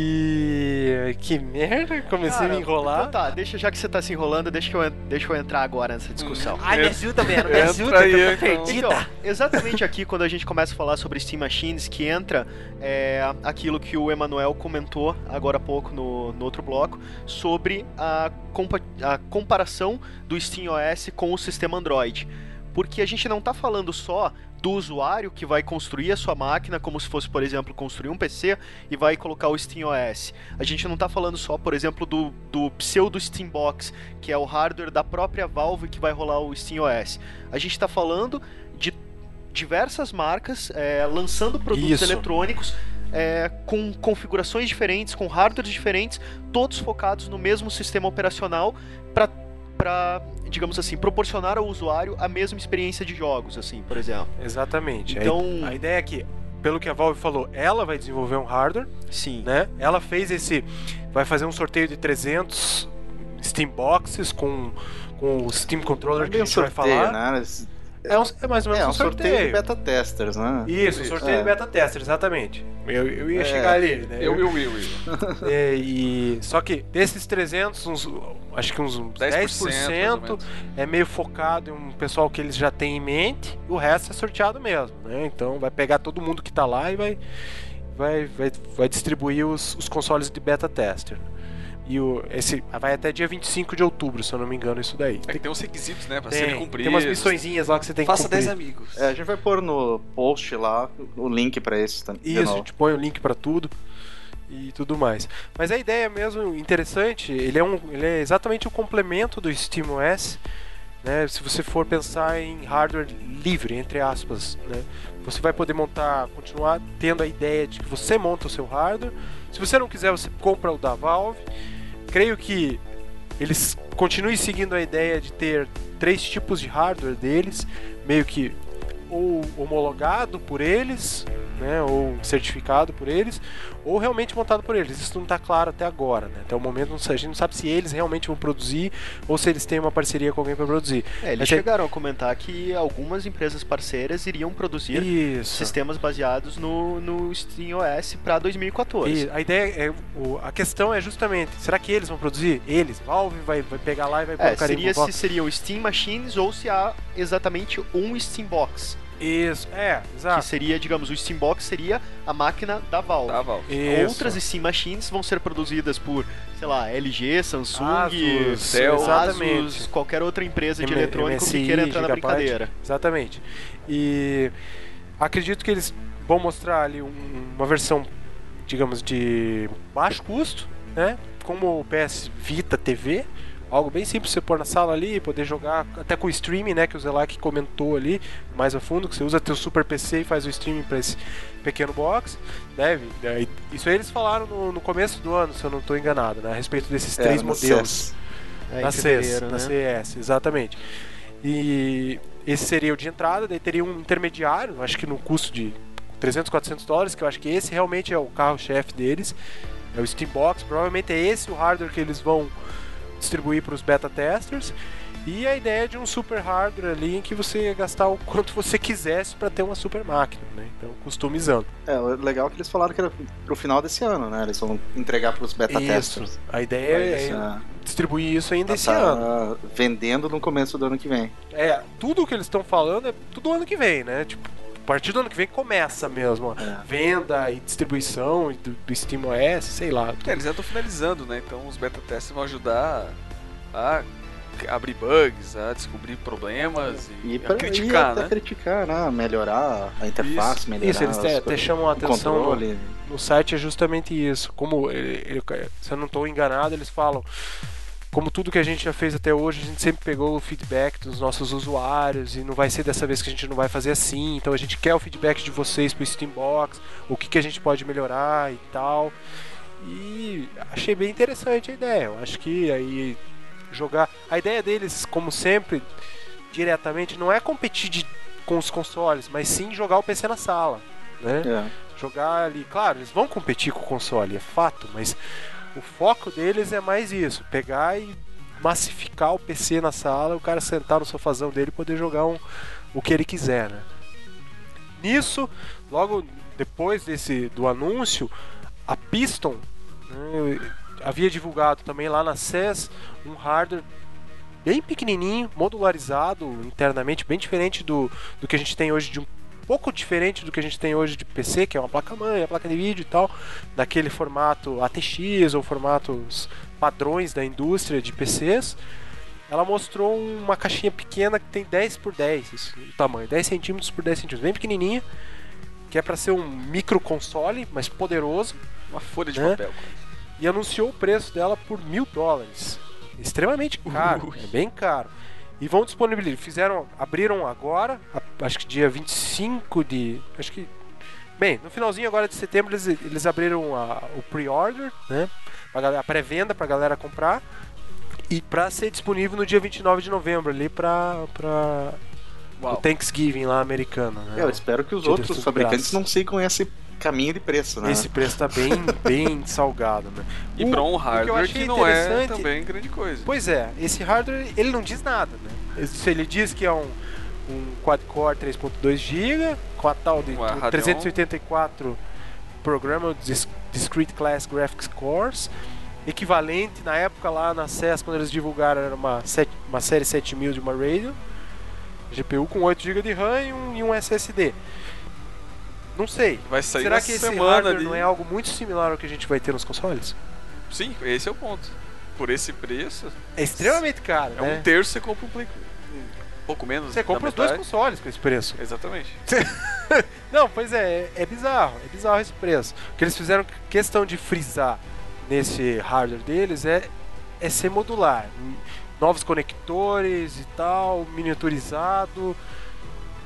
E que merda, comecei a Cara, me enrolar. Então tá, deixa já que você tá se enrolando, deixa eu, en- deixa eu entrar agora nessa discussão. Ai, me ajuda, merda, me Entra ajuda, aí, que eu tô então. perdido. Então, exatamente aqui quando a gente começa a falar sobre Steam Machines, que entra é, aquilo que o Emanuel comentou agora há pouco no, no outro bloco, sobre a, compa- a comparação do Steam OS com o sistema Android. Porque a gente não tá falando só do usuário que vai construir a sua máquina, como se fosse, por exemplo, construir um PC e vai colocar o SteamOS. A gente não tá falando só, por exemplo, do, do pseudo Steambox, que é o hardware da própria Valve que vai rolar o SteamOS. A gente tá falando de diversas marcas é, lançando produtos Isso. eletrônicos é, com configurações diferentes, com hardwares diferentes, todos focados no mesmo sistema operacional para, digamos assim, proporcionar ao usuário a mesma experiência de jogos, assim, por exemplo. Exatamente. Então, Então, a ideia é que, pelo que a Valve falou, ela vai desenvolver um hardware, sim. né? Ela fez esse. Vai fazer um sorteio de 300 Steam Boxes com, com o Steam Controller que a gente vai falar. é né? É, um, é mais ou menos É, um, um sorteio, de beta testers, né? Isso, um sorteio É. de beta tester, exatamente. Eu, eu ia É. chegar ali, né? Eu, eu, eu, eu. É, e só que desses 300, uns, acho que uns 10%, 10%, é meio focado em um pessoal que eles já têm em mente, o resto é sorteado mesmo, né? Então vai pegar todo mundo que tá lá e vai vai, vai, vai distribuir os, os consoles de beta tester. E o, esse vai até dia 25 de outubro, se eu não me engano, isso daí. É que tem uns requisitos, né, pra tem, serem cumpridos. tem umas missõezinhas lá que você tem que Faça cumprir. 10 amigos. É, a gente vai pôr no post lá o link pra esse também. de Isso, novo. te põe o link pra tudo e tudo mais. Mas a ideia mesmo interessante, ele é, um, ele é exatamente o complemento do SteamOS, né? Se você for pensar em hardware livre, entre aspas, né? Você vai poder montar, continuar tendo a ideia de que você monta o seu hardware. Se você não quiser, você compra o da Valve. Creio que eles continuem seguindo a ideia de ter três tipos de hardware deles, meio que ou homologado por eles, né, ou certificado por eles, ou realmente montado por eles. Isso não está claro até agora, né? Até o momento não sa- a gente não sabe se eles realmente vão produzir ou se eles têm uma parceria com alguém para produzir. É, eles Mas é- chegaram a comentar que algumas empresas parceiras iriam produzir Isso. sistemas baseados no, no SteamOS para 2014. E a ideia é o- a questão é justamente, será que eles vão produzir? Eles, Valve vai, vai pegar lá e vai É, colocar em seria um se seriam Steam Machines ou se há exatamente um Steam Box. Isso, é, Que exato. seria, digamos, o Steam Box seria a máquina da Valve. Tá, Val. Isso. Outras Steam Machines vão ser produzidas por, sei lá, LG, Samsung, Asus, Dell, exatamente. Asus, qualquer outra empresa de M- eletrônico MSI, que queira entrar na Gigabyte. brincadeira. Exatamente. E acredito que eles vão mostrar ali um- uma versão, digamos, de baixo custo, né? Como o PS Vita TV. Algo bem simples, você pôr na sala ali e poder jogar, até com o streaming, né? Que o Zelak comentou ali mais a fundo, que você usa teu super PC e faz o streaming para esse pequeno box. Né? Daí- Isso aí eles falaram no, no começo do ano, se eu não estou enganado, né? A respeito desses É, três no modelos. CS. É, em Na CS, fevereiro, na né? CS, exatamente. E esse seria o de entrada, daí teria um intermediário, acho que no custo de 300, 400 dólares, que eu acho que esse realmente é o carro-chefe deles, é o Steambox, provavelmente é esse o hardware que eles vão distribuir para os beta testers. E a ideia de um super hardware ali em que você ia gastar o quanto você quisesse para ter uma super máquina, né? Então, customizando. É, o legal é que eles falaram que era pro final desse ano, né? Eles vão entregar pros beta Isso. testers. A ideia é Né? distribuir isso ainda esse Tá ano. Vendendo no começo do ano que vem. É, tudo que eles estão falando é tudo ano que vem, né? Tipo, a partir do ano que vem começa mesmo. ó. É. Venda e distribuição e do, do SteamOS, sei lá. É, eles já estão finalizando, né? Então os beta testes vão ajudar a a abrir bugs, a descobrir problemas e, É E a pra criticar, e até né? criticar, né? Melhorar a interface, melhorar Isso, eles as até, até coisas, chamam a o atenção no, controle. no site, é justamente isso. Como, ele- ele- se eu não estou enganado, eles falam. Como tudo que a gente já fez até hoje, a gente sempre pegou o feedback dos nossos usuários e não vai ser dessa vez que a gente não vai fazer assim. Então a gente quer o feedback de vocês pro Steambox, o que, que a gente pode melhorar e tal. E achei bem interessante a ideia. Eu acho que aí jogar. A ideia deles, como sempre, diretamente, não é competir de- com os consoles, mas sim jogar o PC na sala. Né? É. jogar ali. Claro, eles vão competir com o console, é fato, mas o foco deles é mais isso: pegar e massificar o PC na sala, o cara sentar no sofazão dele e poder jogar um, o que ele quiser, né? Nisso, logo depois desse do anúncio, a Piston né, havia divulgado também lá na CES um hardware bem pequenininho, modularizado internamente, bem diferente do, do que a gente tem hoje de um pouco diferente do que a gente tem hoje de PC, que é uma placa-mãe, a placa de vídeo e tal, daquele formato ATX ou formatos padrões da indústria de PCs. Ela mostrou uma caixinha pequena que tem 10 por 10 isso, o tamanho, 10 centímetros por 10 centímetros, bem pequenininha, que é pra ser um micro console, mas poderoso, Uma folha de Né? papel. e anunciou o preço dela por mil dólares. Extremamente caro, Ui. é bem caro. E vão disponibilizar, fizeram, abriram agora, a- acho que dia 25 de, acho que bem, no finalzinho agora de setembro eles, eles abriram a- o pre-order, né? pra galera- A pré-venda pra galera comprar e pra ser disponível no dia 29 de novembro ali pra, pra o Uau. É, Thanksgiving lá americano, né? É. Eu espero que os Tira outros tudo fabricantes graça. não sigam esse caminho de preço, né? Esse preço tá bem, bem salgado, né? E pra um o que eu hardware achei que não é interessante- também grande coisa. Pois é, esse hardware ele não diz nada, né? Ele- Se ele diz que é um, um quad-core 3.2 GB, com a tal de Uma Radeon. 384 Programmable Dis- Discrete Class Graphics Cores, equivalente na época lá na CES, quando eles divulgaram, era uma, set- uma série 7000 de uma Radeon, GPU com 8 GB de RAM e um, e um SSD. Não sei. Vai sair Será nessa que esse semana hardware ali. não é algo muito similar ao que a gente vai ter nos consoles? Sim, esse é o ponto. Por esse preço, É extremamente caro, é, né? um terço você compra um Play. Um pouco menos. Hum. Você da compra os dois metade. consoles com esse preço. Exatamente. É Não, pois é, é bizarro, é bizarro esse preço. O que eles fizeram questão de frisar nesse hardware deles é, é ser modular. Novos conectores e tal, miniaturizado.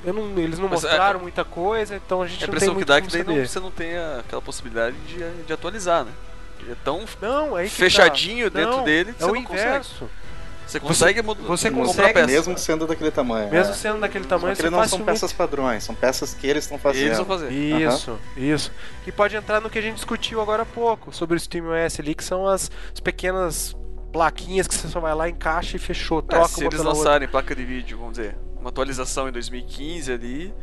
Eu não- eles não Mas é- mostraram muita coisa, então a gente É a não impressão tem que muito dá é como que daí não, saber. você não tem a- aquela possibilidade de, de atualizar, né? Ele é tão Não, é aí que tá. fechadinho dentro Não, dele que é você o não inverso. consegue. Você consegue modular. você Não, consegue- peça. mesmo sendo daquele tamanho. é Mesmo é. sendo daquele Só tamanho, que você ele não faz um são peças padrões, são peças que eles estão fazendo. Eles vão fazer. Isso, isso. Que pode entrar no que a gente discutiu agora há pouco, sobre o SteamOS ali, que são as, as pequenas plaquinhas que você só vai lá, encaixa e fechou, É, troca um se uma eles pela outra. lançarem placa de vídeo, vamos dizer, uma atualização em 2015 ali,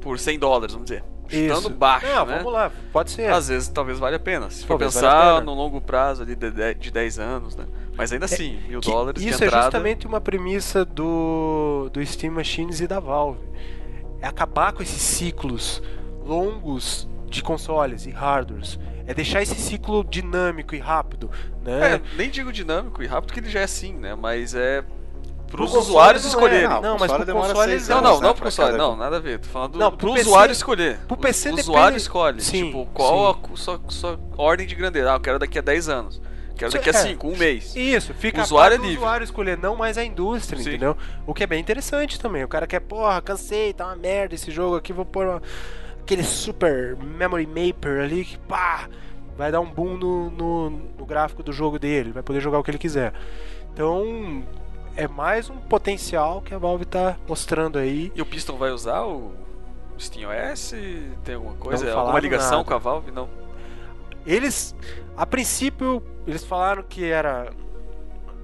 por 100 dólares, vamos dizer. Chutando Isso. baixo, Não, né? vamos lá, pode ser. Às vezes talvez valha a pena, se for Talvez pensar valha a pena. É, no longo prazo ali de de- de 10 anos, né? Mas ainda assim, mil Que dólares isso de entrada. é justamente uma premissa do, do Steam Machines e da Valve. É acabar com esses ciclos longos de consoles e hardwares. É deixar esse ciclo dinâmico e rápido, né? É, nem digo dinâmico e rápido que ele já é assim, né? Mas é Pro pros console usuários não é, escolherem. Não, não, o mas console pro demora console seis não, não, anos, não, né, pro pra console, cada- não, nada a ver. Tô falando um. Não, do, pro pro PC usuário escolher. pro O- PC o depende- usuário escolhe, Sim, tipo, qual a sua, sua ordem de grandeza? Ah, eu quero daqui a 10 anos. Quero daqui a É. 5, um mês. Isso, fica O usuário é a parte do livre. usuário escolher, não mais a indústria, Sim. entendeu? O que é bem interessante também. O cara quer, porra, cansei, tá uma merda esse jogo aqui, vou pôr uma- aquele super memory maper ali que pá, vai dar um boom no, no, no gráfico do jogo dele, vai poder jogar o que ele quiser. Então, é mais um potencial que a Valve tá mostrando aí. E o Piston vai usar o SteamOS? Tem alguma coisa? falaram Alguma ligação nada. com a Valve? Não. Eles, a princípio, eles falaram que era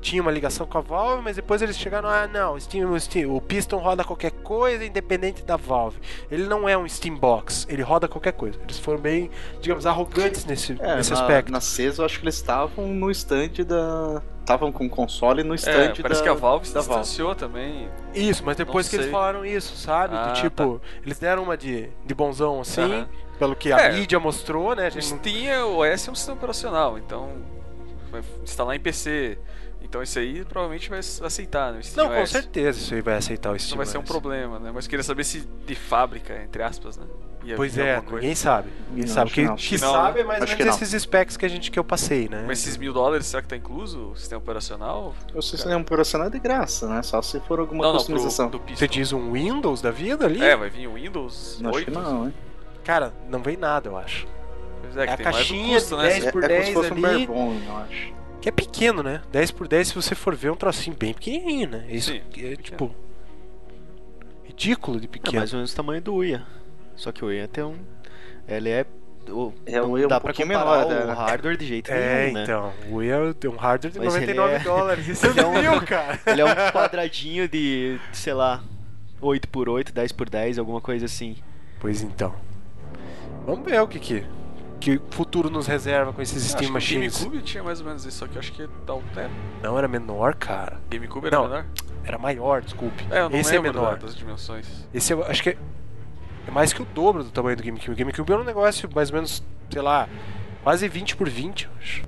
tinha uma ligação com a Valve, mas depois eles chegaram, ah, não, o Steam, o, Steam- o Piston roda qualquer coisa independente da Valve. Ele não é um Steam Box, ele roda qualquer coisa. Eles foram bem, digamos, arrogantes nesse, É, nesse na, aspecto. Na CES eu acho que eles estavam no stand da. Estavam com o console no É, stand da. parece que a Valve se da Valve. distanciou também. Isso, mas depois Não que eles sei. falaram isso, sabe? Do Ah, tipo, eles deram uma de, de bonzão assim, Aham. pelo que a É. mídia mostrou, né? A O gente não- Steam OS é um sistema operacional, então vai instalar em PC. Então isso aí provavelmente vai aceitar, né? O Não, SteamOS. com certeza isso aí vai aceitar o Steam. Isso vai ser um OS. problema, né? Mas queria saber se de fábrica, entre aspas, né? Ia Pois vir é, alguma coisa. ninguém sabe. Ninguém Não, sabe. acho Que, que não. que Acho que não, sabe é né? mais Acho ou que menos não. esses specs que a gente que eu passei, né? Mas esses mil dólares, será que tá incluso o sistema operacional? O sistema operacional é de graça, né? Só se for alguma não, não, customização. pro, do Piston. Você diz um Windows da vida ali? É, vai vir o Windows Acho que 8? não, hein? Cara, não vem nada, eu acho. Pois é, que É a tem mais um caixinha custo, de né? 10 É, por é como se fosse um ali. Bourbon, eu acho. Que é pequeno, né? 10 por 10 se você for ver é um trocinho bem pequenininho, né? Isso Sim, é pequeno. tipo ridículo de É pequeno. mais ou menos o tamanho do Uia. Só que o Uia tem um. Ele é. o- É, não o Uia é um dá pra pouquinho comparar menor, o né? hardware de jeito É, nenhum, né? então, o Will tem um hardware de Mas ele 99 é- dólares. Isso ele é é um- mil, cara. Ele é um quadradinho de, de, sei lá, 8x8, 10x10, alguma coisa assim. Pois então. Vamos ver o que que que futuro nos reserva com esses Steam acho que o Machines. GameCube tinha mais ou menos isso, só que eu acho que tá um tal tempo. Não era menor, cara. GameCube era Não. menor? Era maior, desculpe. É, eu não Esse é lembro menor. da- das dimensões. Esse eu acho que é, é mais que o é dobro do tamanho do GameCube. O GameCube era um negócio mais ou menos, sei lá, quase 20 por 20, eu acho.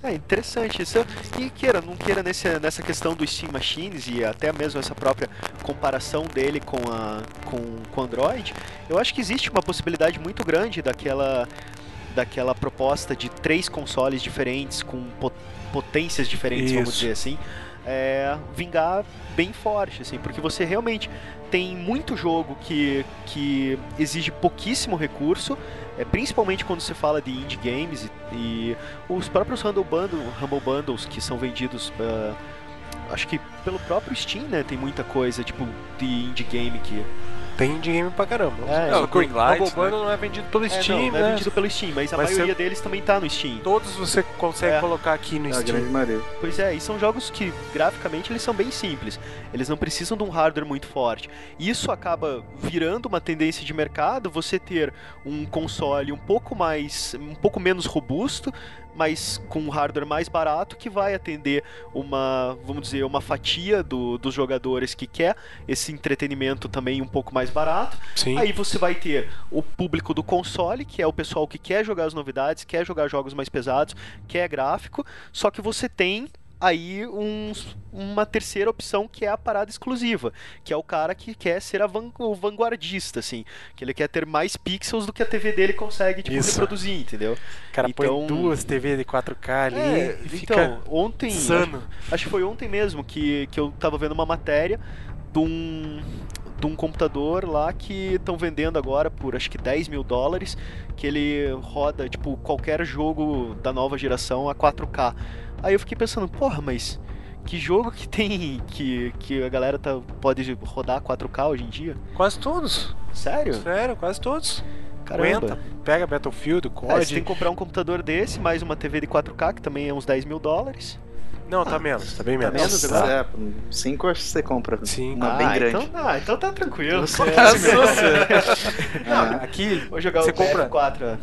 É interessante isso. E queira, não queira nesse, nessa questão do Steam Machines e até mesmo essa própria comparação dele com a com, com Android, eu acho que existe uma possibilidade muito grande daquela daquela proposta de três consoles diferentes com po- potências diferentes, vamos Isso. dizer assim, é, vingar bem forte, assim, porque você realmente tem muito jogo que, que exige pouquíssimo recurso, é, principalmente quando se fala de indie games e, e os próprios Humble, Bundle, Humble Bundles que são vendidos, ah, acho que pelo próprio Steam, né, tem muita coisa, tipo, de indie game que... Tem de game pra caramba. É, né? Não, o Greenlight, O Bobano não é vendido pelo Steam, é, não, né? é vendido pelo Steam, mas a Mas maioria deles também tá no Steam. Todos você consegue É. colocar aqui no A grande Steam. maioria. Pois é, e são jogos que graficamente eles são bem simples. Eles não precisam de um hardware muito forte. Isso acaba virando uma tendência de mercado, você ter um console um pouco mais um pouco menos robusto, mas com um hardware mais barato que vai atender uma, vamos dizer, uma fatia do- dos jogadores que quer esse entretenimento também um pouco mais barato. Sim. Aí você vai ter o público do console, que é o pessoal que quer jogar as novidades, quer jogar jogos mais pesados, quer gráfico, só que você tem aí uns- uma terceira opção que é a parada exclusiva, que é o cara que quer ser a van- o vanguardista, assim, que ele quer ter mais pixels do que a TV dele consegue tipo, Isso. reproduzir, entendeu? O cara põe então- duas TV de 4K ali É, e fica então, ontem, insano. Acho que foi ontem mesmo que, que eu tava vendo uma matéria de um, de um computador lá que estão vendendo agora por acho que 10 mil dólares, que ele roda, tipo, qualquer jogo da nova geração a 4K. Aí eu fiquei pensando, porra, mas que jogo que tem que, que a galera tá, pode rodar 4K hoje em dia? Quase todos. Sério? Sério, quase todos. é Caramba. Aguenta. Pega Battlefield, É, você tem COD. que comprar um computador desse, mais uma TV de 4K, que também é uns 10 mil dólares. Não, tá menos. Tá bem Tá menos, menos. Tá. é, por cinco acho que você compra. né? Cinco. Uma bem Ah, grande. Então, ah, então tá tranquilo. Ah, É, Aqui, Vou jogar Você o compra? BF4.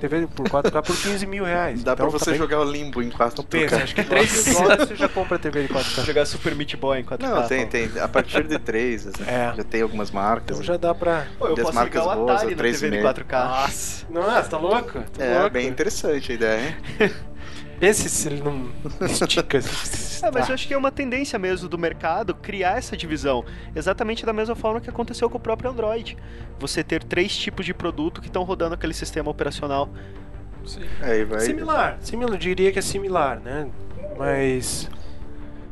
TV por 4K por 15 mil reais. Dá pra Então, tá você bem- Então jogar o limbo em 4 Pensa, acho que 3 dólares você já compra TV de 4K. Vou jogar Super Meat Boy em 4K. Não, tem, tem. A partir de 3, assim, Tá É. já tem algumas marcas. Então já dá pra. Pô, eu Das posso marcas ligar o boas, Atari o na TV de 3,5. 4K. Nossa. Nossa, tá louco? Tá É, louco. bem interessante a ideia, hein? Pense se ele não estica. Ah, É, mas eu acho que é uma tendência mesmo do mercado criar essa divisão. Exatamente da mesma forma que aconteceu com o próprio Android. Você ter três tipos de produto que estão rodando aquele sistema operacional. Aí vai. Similar. Similar, eu diria que é similar, né? Mas.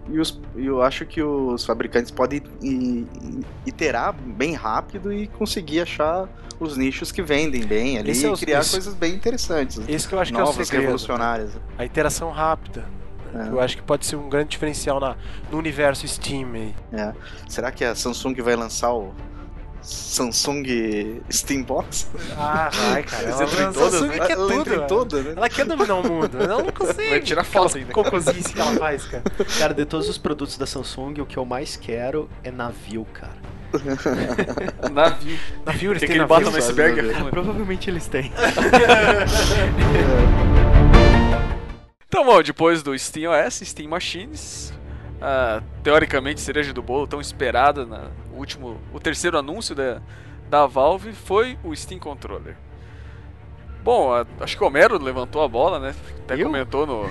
E os- e eu acho que os fabricantes podem i- i- iterar bem rápido e conseguir achar os nichos que vendem bem ali Esse é e os- criar esse- coisas bem interessantes. Esse que eu acho que é o novas, segredo. revolucionárias. A interação rápida. É. Eu acho que pode ser um grande diferencial na, no universo Steam aí. Será que a Samsung vai lançar o Samsung Steambox? Ah, vai, cara. Ela- ela- Samsung né? é Ela, ela entra em todas, né? Ela quer dominar o mundo. Ela não consegue. Vai tirar foto ainda. Cocosice que ela faz, cara. Cara, de todos os produtos da Samsung, o que eu mais quero é navio, cara. Um Navio. Navio, eles Tem aquele têm navio. bota no iceberg. navio. afunda. Provavelmente eles têm. Então, bom, depois do Steam OS, Steam Machines, a, teoricamente cereja do bolo tão esperada na o último, o terceiro anúncio da, da Valve foi o Steam Controller. Bom, a- acho que o Homero levantou a bola, né? Até Eu? comentou no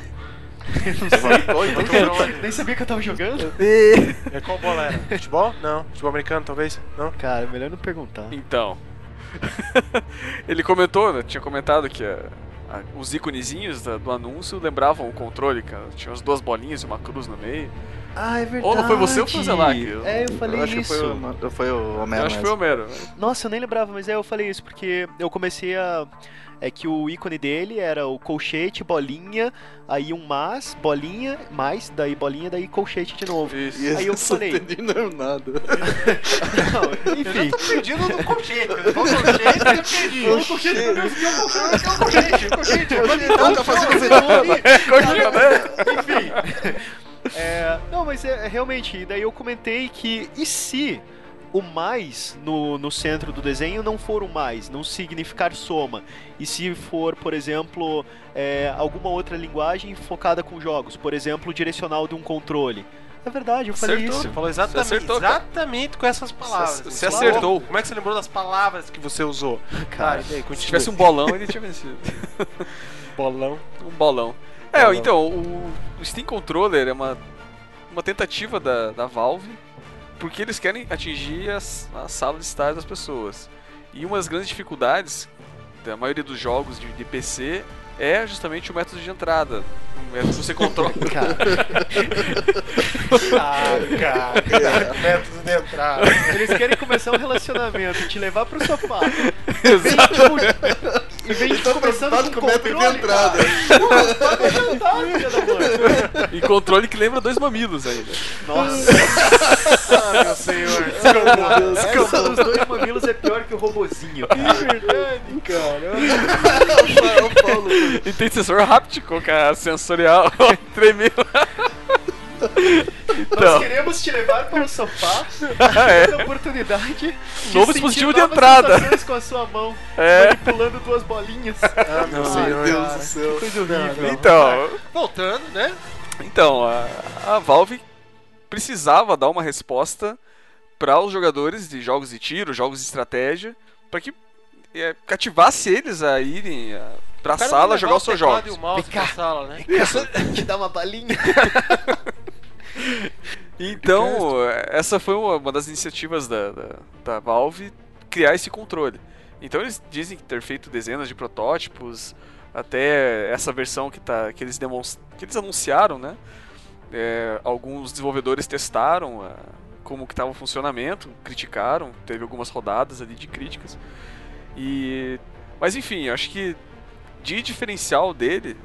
Nem sabia que eu tava jogando. É, Qual bola era? Futebol? Não. Futebol americano, talvez? Não. Cara, melhor não perguntar. então. Ele comentou, né? tinha comentado que a- a- os íconezinhos da- do anúncio lembravam o controle, cara. Tinha as duas bolinhas e uma cruz no meio. Ah, é verdade. Ou não foi você ou foi o Zelak? É, eu falei eu acho isso. que foi o, foi o Homero. Eu acho que foi o É mesmo. Homero. né? Nossa, eu nem lembrava, mas é, eu falei isso porque eu comecei a. É que o ícone dele era o colchete, bolinha, aí um mas, bolinha, mais, daí bolinha, daí colchete de novo. Isso. Isso, Aí eu não falei. entendi não, nada. Não, enfim. Perdido no colchete. No colchete eu perdi. O colchete, tá fazendo Continua, né? É, não, mas é, é realmente, daí eu comentei que e se o mais no, no centro do desenho não for o mais, não significar soma, e se for, por exemplo, é, alguma outra linguagem focada com jogos, por exemplo, o direcional de um controle. É verdade, eu falei Acertou. isso. Falou exatamente, Você acertou, cara. exatamente com essas palavras. Você Você acertou. falou. Como é que você lembrou das palavras que você usou? Cara, e daí, Se tivesse um bolão, ele tinha vencido. bolão. Um bolão. É, então, o, o Steam Controller é uma, uma tentativa da, da Valve, porque eles querem atingir as- a sala de estar das pessoas. E uma das grandes dificuldades da maioria dos jogos de, de PC é justamente o método de entrada. O método que você controla. Cara, Ah, cara. Método de entrada. eles querem começar um relacionamento, te levar pro sofá. Exato. Em vez de Então, Tá começando preocupado com com o método de controle, né? entrada. cara. Pô, Pode jantar, filha da mãe. e controle que lembra dois mamilos né? ainda. Nossa. Ah, meu senhor. Desculpa. Essa é dos dois mamilos é pior que o robozinho, cara. Ô, Paulo, E tem sensor háptico, cara, sensorial. Tremeu. Nós Então, queremos te levar para o sofá, é. dando oportunidade de Novo sentir dispositivo de novas entrada. sensações com a sua mão, É. manipulando duas bolinhas. Ah, meu Meu senhor. Deus do céu. Coisa horrível. Então, Voltando, né? Então, a, a Valve precisava dar uma resposta para os jogadores de jogos de tiro, jogos de estratégia, para que é, cativasse eles a irem para a O cara sala vai jogar levar os seus teclado jogos. E o mouse Vem pra cá. sala, né? Te dá uma balinha. Então, essa foi uma, uma das iniciativas da, da, da Valve criar esse controle. Então, eles dizem que ter feito dezenas de protótipos, até essa versão que, tá, que, eles, demonstra- que eles anunciaram, né? É, alguns desenvolvedores testaram ah, como que estava o funcionamento, criticaram, teve algumas rodadas ali de críticas. E, mas enfim, eu acho que de diferencial dele,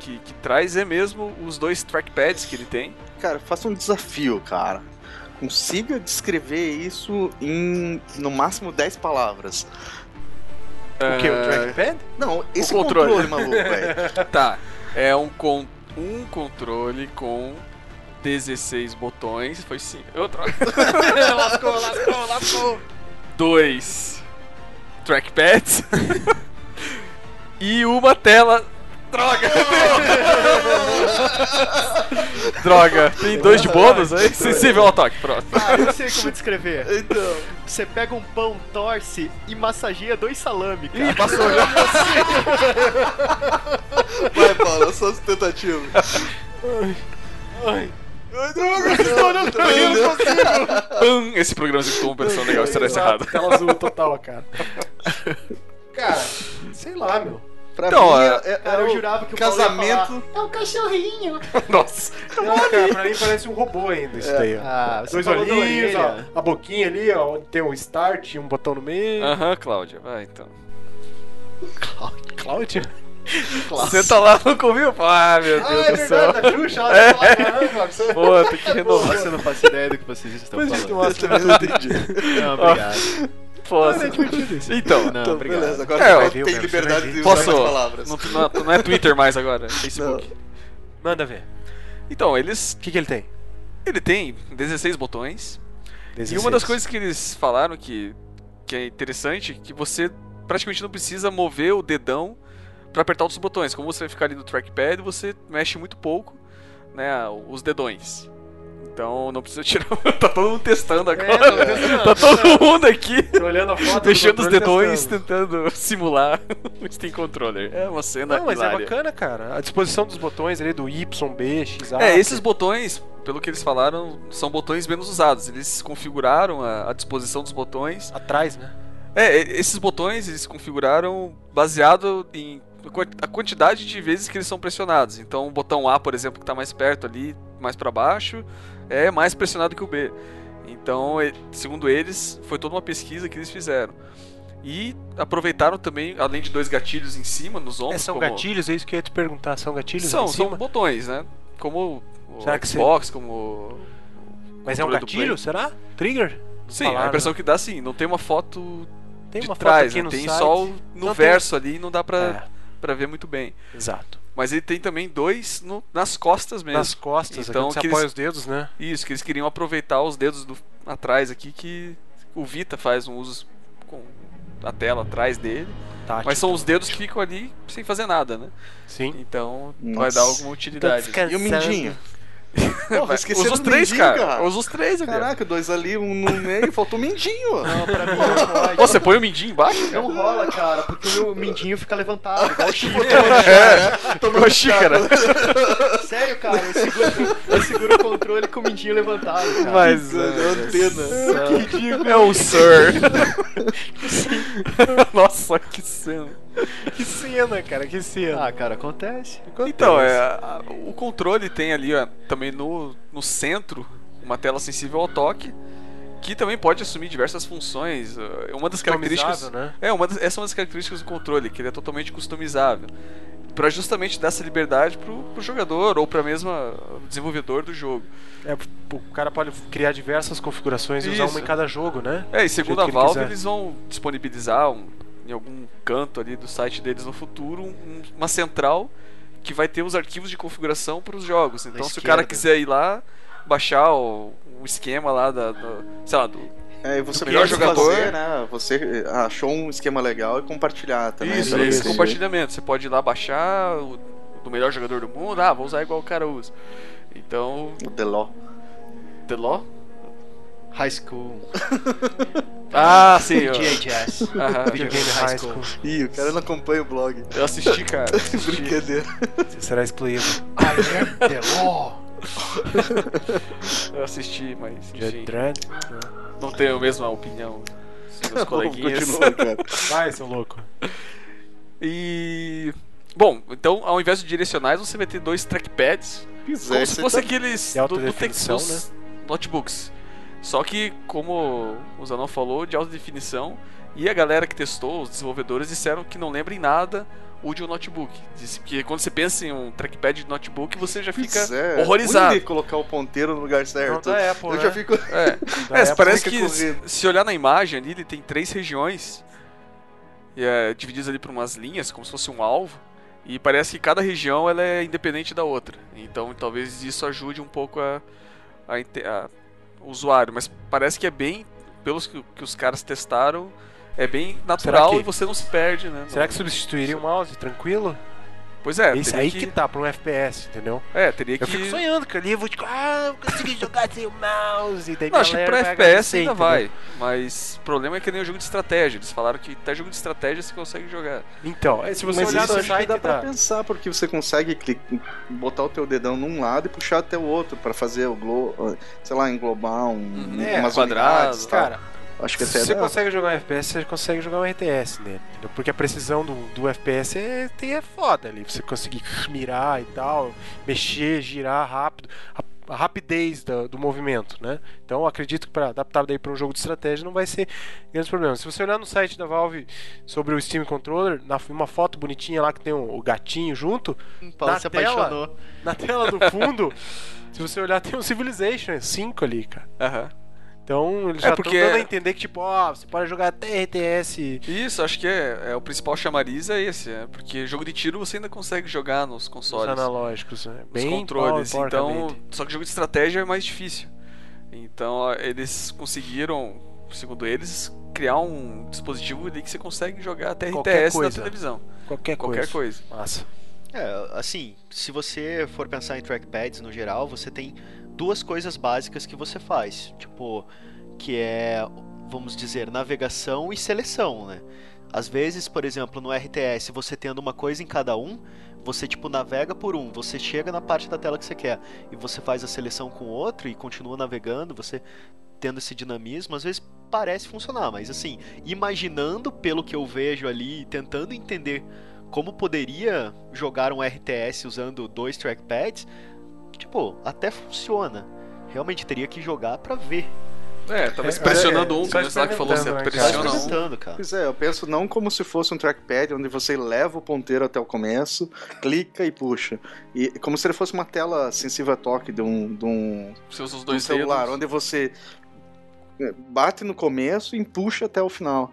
que, que traz é mesmo os dois trackpads que ele tem. Cara, faça um desafio, cara. Consiga descrever isso em no máximo 10 palavras. O O trackpad? Não, esse controle. controle, maluco, velho. Tá, é um, con um controle com 16 botões, foi sim. Eu troco. lascou, lascou, lascou. Dois trackpads e uma tela. Droga! deu! Droga, tem dois de bônus aí? Sensível ao ataque, pronto. Ah, eu sei como descrever. Então, Você pega um pão, torce e massageia dois salame, cara. Ih, passou já. vai, Paulo, só as tentativas. Ai, droga! Não, não, não, Pam, Esse programa se ficou uma versão legal, estará encerrado. Tela azul total, cara. Cara, sei lá, meu. Pra Então, mim, é- é, é Cara, eu o jurava que o Paulo ia casamento. então, Nossa. Não, cara, pra mim parece um robô ainda isso daí, ó. falar- Ah, você Dois falou da olhinhos, orelha. ó, a boquinha ali, ó, onde tem um start e um botão no meio. Aham, Cláudia, vai então. Cláudia? Você tá lá no comigo? Ah, é meu Deus do céu. tá da tipo Xuxa, ela É. fala, caramba, você- Pô, tem que renovar. Nossa, eu não faço ideia do que vocês estão Depois a gente falando. Eu mostra. também não entendi. Não, obrigado. Posso. Então, Não, Então, obrigado. beleza, agora É, o eu- Paulo tem liberdade de usar posso. as palavras. Não, não- não é Twitter mais agora, é Facebook. Manda ver. Então, eles. O que, que ele tem? Ele tem 16 botões. E uma das coisas que eles falaram que, que é interessante que você praticamente não precisa mover o dedão para apertar outros botões. Como você vai ficar ali no trackpad, você mexe muito pouco né, os dedões. Então não precisa tirar. tá todo mundo testando agora. tô testando, tá todo mundo aqui. Tô olhando a foto. do Deixando Tá os controle dedões testando. tentando simular o Steam Controller. É uma cena Não, mas é hilária. bacana, cara. A disposição dos botões ali do Y, B, X, A. É, esses botões, pelo que eles falaram, são botões menos usados. Eles configuraram a, a disposição dos botões. Atrás, né? É, e- esses botões eles configuraram baseado em qua- a quantidade de vezes que eles são pressionados. Então, o botão A, por exemplo, que está mais perto ali, mais para baixo, é mais pressionado que o B. Então, e- segundo eles, foi toda uma pesquisa que eles fizeram. E aproveitaram também, além de dois gatilhos em cima, nos É, ombros. são como- gatilhos, é isso que eu ia te perguntar. São gatilhos São, em são cima? botões, né? Como o Será que você- Xbox, como mas é um controle do gatilho, Play. será? Trigger? Sim, é Falaram. né? a impressão que dá sim, não tem uma foto Tem de uma trás, foto aqui né? no tem site. só o- né? no Não tem- verso ali e não dá pra, pra ver muito bem. É, exato. Mas ele tem também dois no- nas costas mesmo. Nas costas, Então, então, você aqueles- apoia os dedos, né? Isso, que eles queriam aproveitar os dedos do atrás aqui, que o Vita faz um uso com a tela atrás dele. Tátil, Mas são os dedos que ficam ali sem fazer nada, né? Sim. Então vai Nossa. Então dar alguma utilidade. E o mindinho? Porra, Vai, esqueci usa do os três, mendinho, cara. cara. Usa os três, cara. Caraca, dois ali, um no meio, faltou o mindinho. ó. Não, pra mim não rola. Pô, você põe o mindinho embaixo? Não rola, cara, porque o mindinho fica levantado. igual o Chico. Tomou a xícara. Sério, cara, eu seguro, eu seguro o controle com o mindinho levantado. Cara. Mas. É o Sir. Nossa, que cena. Que cena, cara, que cena. Ah, cara, acontece. Então, é, a- o controle tem ali ó, também no, no centro uma tela sensível ao toque, que também pode assumir diversas funções. É Uma das características. né? É, uma das, essa é uma das características do controle, que ele é totalmente customizável. Pra justamente dar essa liberdade pro, pro jogador ou pra mesma desenvolvedor do jogo. É, o cara pode criar diversas configurações e usar Isso. uma em cada jogo, né? É, e segundo jeito a que ele Valve, quiser. eles vão disponibilizar um- em algum canto ali do site deles no futuro um- uma central que vai ter os arquivos de configuração para os jogos. Então, se o cara esquerda. quiser ir lá baixar o, o esquema lá da, da- sei lá, do, É, e você O melhor pode jogador- fazer, né? Você eh, achou um esquema legal e compartilhar também. isso, pra esse você. compartilhamento. Você pode ir lá baixar o do melhor jogador do mundo. Ah, vou usar igual o cara usa. Então, O Deló. The Law? High School. Ah, sim. eu- GHS. Aham. Videogame High School. Ih, o cara não acompanha o blog. eu assisti, cara. Assisti. Brincadeira. Será excluído. I am the law. Eu assisti, mas enfim, Dread. não tenho a mesma opinião dos meus coleguinhas. Continua, cara. Vai, seu louco. E. Bom, então ao invés de direcionais, você vai ter dois trackpads. Como se Esse fosse tá- aqueles De alta definição, né? dos notebooks. Só que, como o Zanon falou, de alta definição. E a galera que testou, os desenvolvedores, disseram que não lembra em nada o de um notebook. Diz que quando você pensa em um trackpad de notebook, você já fica. Pois é, horrorizado. tá ruim de colocar o ponteiro no lugar certo. da Apple, Eu já né? fico. É, Da É, Apple. parece fica que se, corrido. se olhar na imagem ali, ele tem três regiões e é, divididas ali por umas linhas, como se fosse um alvo. E parece que cada região ela é independente da outra. Então talvez isso ajude um pouco a, a inte- a- o usuário. Mas parece que é bem, pelos que, que os caras testaram, é bem natural que- e você não se perde, né? Será que Não- substituiria o mouse, tranquilo? Pois é, Isso teria aí que, que... tá, pra um FPS, entendeu? É, teria Eu que. fico sonhando, cara, ali eu vou tipo, ah, eu consegui jogar sem o mouse. e Daí Não, acho que galera pra vai FPS agradecer, ainda entendeu? vai. Mas o problema é que nem o jogo de estratégia. Eles falaram que até jogo de estratégia você consegue jogar. Então, é, se você Mas olhar isso no acho que site tá. dá pra Tá. da- pensar, porque você consegue clicar, botar o teu dedão num lado e puxar até o outro pra fazer o glo... eh, sei lá, englobar um, Uhum. é, umas É, quadrado, unidades, tal. Cara, Acho que é se até você dá. consegue jogar um FPS, você consegue jogar um RTS nele. entendeu? Porque a precisão do, do FPS é, tem- é foda ali. Você conseguir mirar e tal, mexer, girar rápido. A, a rapidez da- do, movimento, né? Então eu acredito que para adaptar daí para um jogo de estratégia não vai ser grandes problemas. Se você olhar no site da Valve sobre o Steam Controller, na, uma foto bonitinha lá que tem o, o gatinho junto, Paulo Na se tela? apaixonou. na tela do fundo, se você olhar tem um Civilization 5 ali, cara. Aham. Então eles É já estão porque- dando a entender que, tipo, ó, você pode jogar até RTS. Isso, acho que é, é o principal chamariz é esse, é, porque jogo de tiro você ainda consegue jogar nos Os consoles, analógicos, né? nos Bem controles, por- então, porcamente. só que jogo de estratégia é mais difícil. Então, ó, eles conseguiram, segundo eles, criar um dispositivo ali que você consegue jogar até Qualquer RTS na coisa. televisão, qualquer, qualquer coisa. Massa. É, assim, se você for pensar em trackpads no geral, você tem duas coisas básicas que você faz. Tipo, que é, vamos dizer, navegação e seleção, né? Às vezes, por exemplo, no RTS, você tendo uma coisa em cada um, você tipo navega por um, você chega na parte da tela que você quer e você faz a seleção com o outro e continua navegando, você tendo esse dinamismo, às vezes parece funcionar, mas assim, imaginando pelo que eu vejo ali, e tentando entender como poderia jogar um RTS usando dois trackpads, tipo, até funciona. Realmente teria que jogar pra ver. É, talvez É, pressionando é, um, só que nem o Isaac falou, você experimentando, né, cara? Só pressiona um. experimentando, cara. Pois é, eu penso não como se fosse um trackpad onde você leva o ponteiro até o começo, clica e puxa. E como se ele fosse uma tela sensível a toque de um, de um, Você usa os de um dois celular, dedos. onde você é, bate no começo e puxa até o final.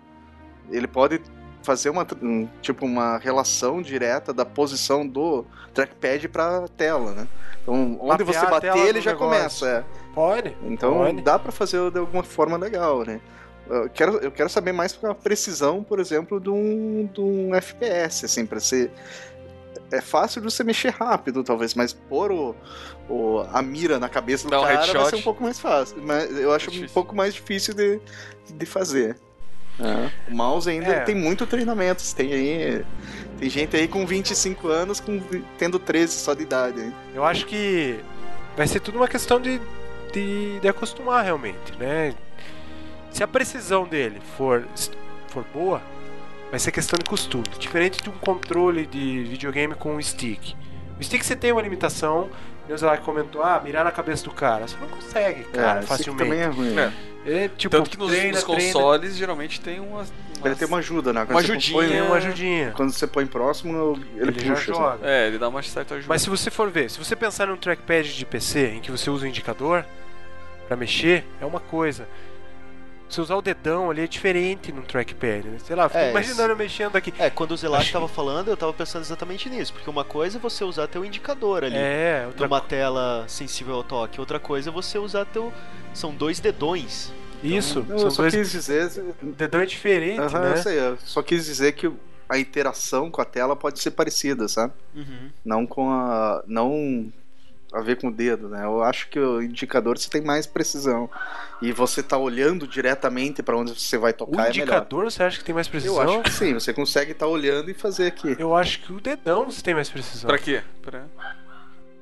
Ele pode fazer uma tr- um, tipo uma relação direta da posição do trackpad para tela, né? Então, onde Mapear você a bater, tela ele do já negócio. começa. é. Pode? Então Olha. dá pra fazer de alguma forma legal, né? Eu quero, eu quero saber mais com a precisão, por exemplo, de um, de um FPS, assim, pra ser. é fácil de você mexer rápido, talvez, mas pôr o, o- a mira na cabeça do Dar um cara vai headshot. ser um pouco mais fácil. Mas eu acho um difícil. pouco mais difícil de, de fazer. É, O mouse ainda É. tem muito treinamento. você Tem, aí, tem gente aí com 25 anos com, vi- tendo 13 só de idade. hein? Eu acho que vai ser tudo uma questão de, de, de acostumar realmente, né? Se a precisão dele for, for boa, vai ser questão de costume. Diferente de um controle de videogame com um stick. O stick você tem uma limitação, Neuzelak comentou, ah, mirar na cabeça do cara. Você não consegue, cara, É, isso aqui facilmente. também é ruim. É. É, tipo, Tanto que nos, treina, nos treina, consoles geralmente tem uma. Ele tem uma ajuda, né? Quando Uma você ajudinha. põe- Tem uma ajudinha. quando você põe próximo, ele, Ele já puxa. assim. joga. É, ele dá uma certa ajuda. Mas se você for ver, se você pensar num trackpad de PC em que você usa o indicador pra mexer, é uma coisa. Você usar o dedão ali é diferente num trackpad, né? Sei lá, fico É, imaginando eu mexendo aqui. É, quando o Zelach Acho- tava falando, eu tava pensando exatamente nisso, porque uma coisa é você usar teu indicador ali É, outra... numa tela sensível ao toque, outra coisa é você usar teu são dois dedões. isso, Eu são só dois... quis dizer o dedão é diferente, Aham, né? eu sei, eu só quis dizer que a interação com a tela pode ser parecida, sabe? Uhum. Não com a. Não a ver com o dedo, né? Eu acho que o indicador você tem mais precisão. E você tá olhando diretamente pra onde você vai O tocar é melhor. indicador você acha que tem mais precisão? Eu acho que sim, você consegue estar olhando e fazer aqui. Eu acho que o dedão você tem mais precisão. Pra quê? Pra...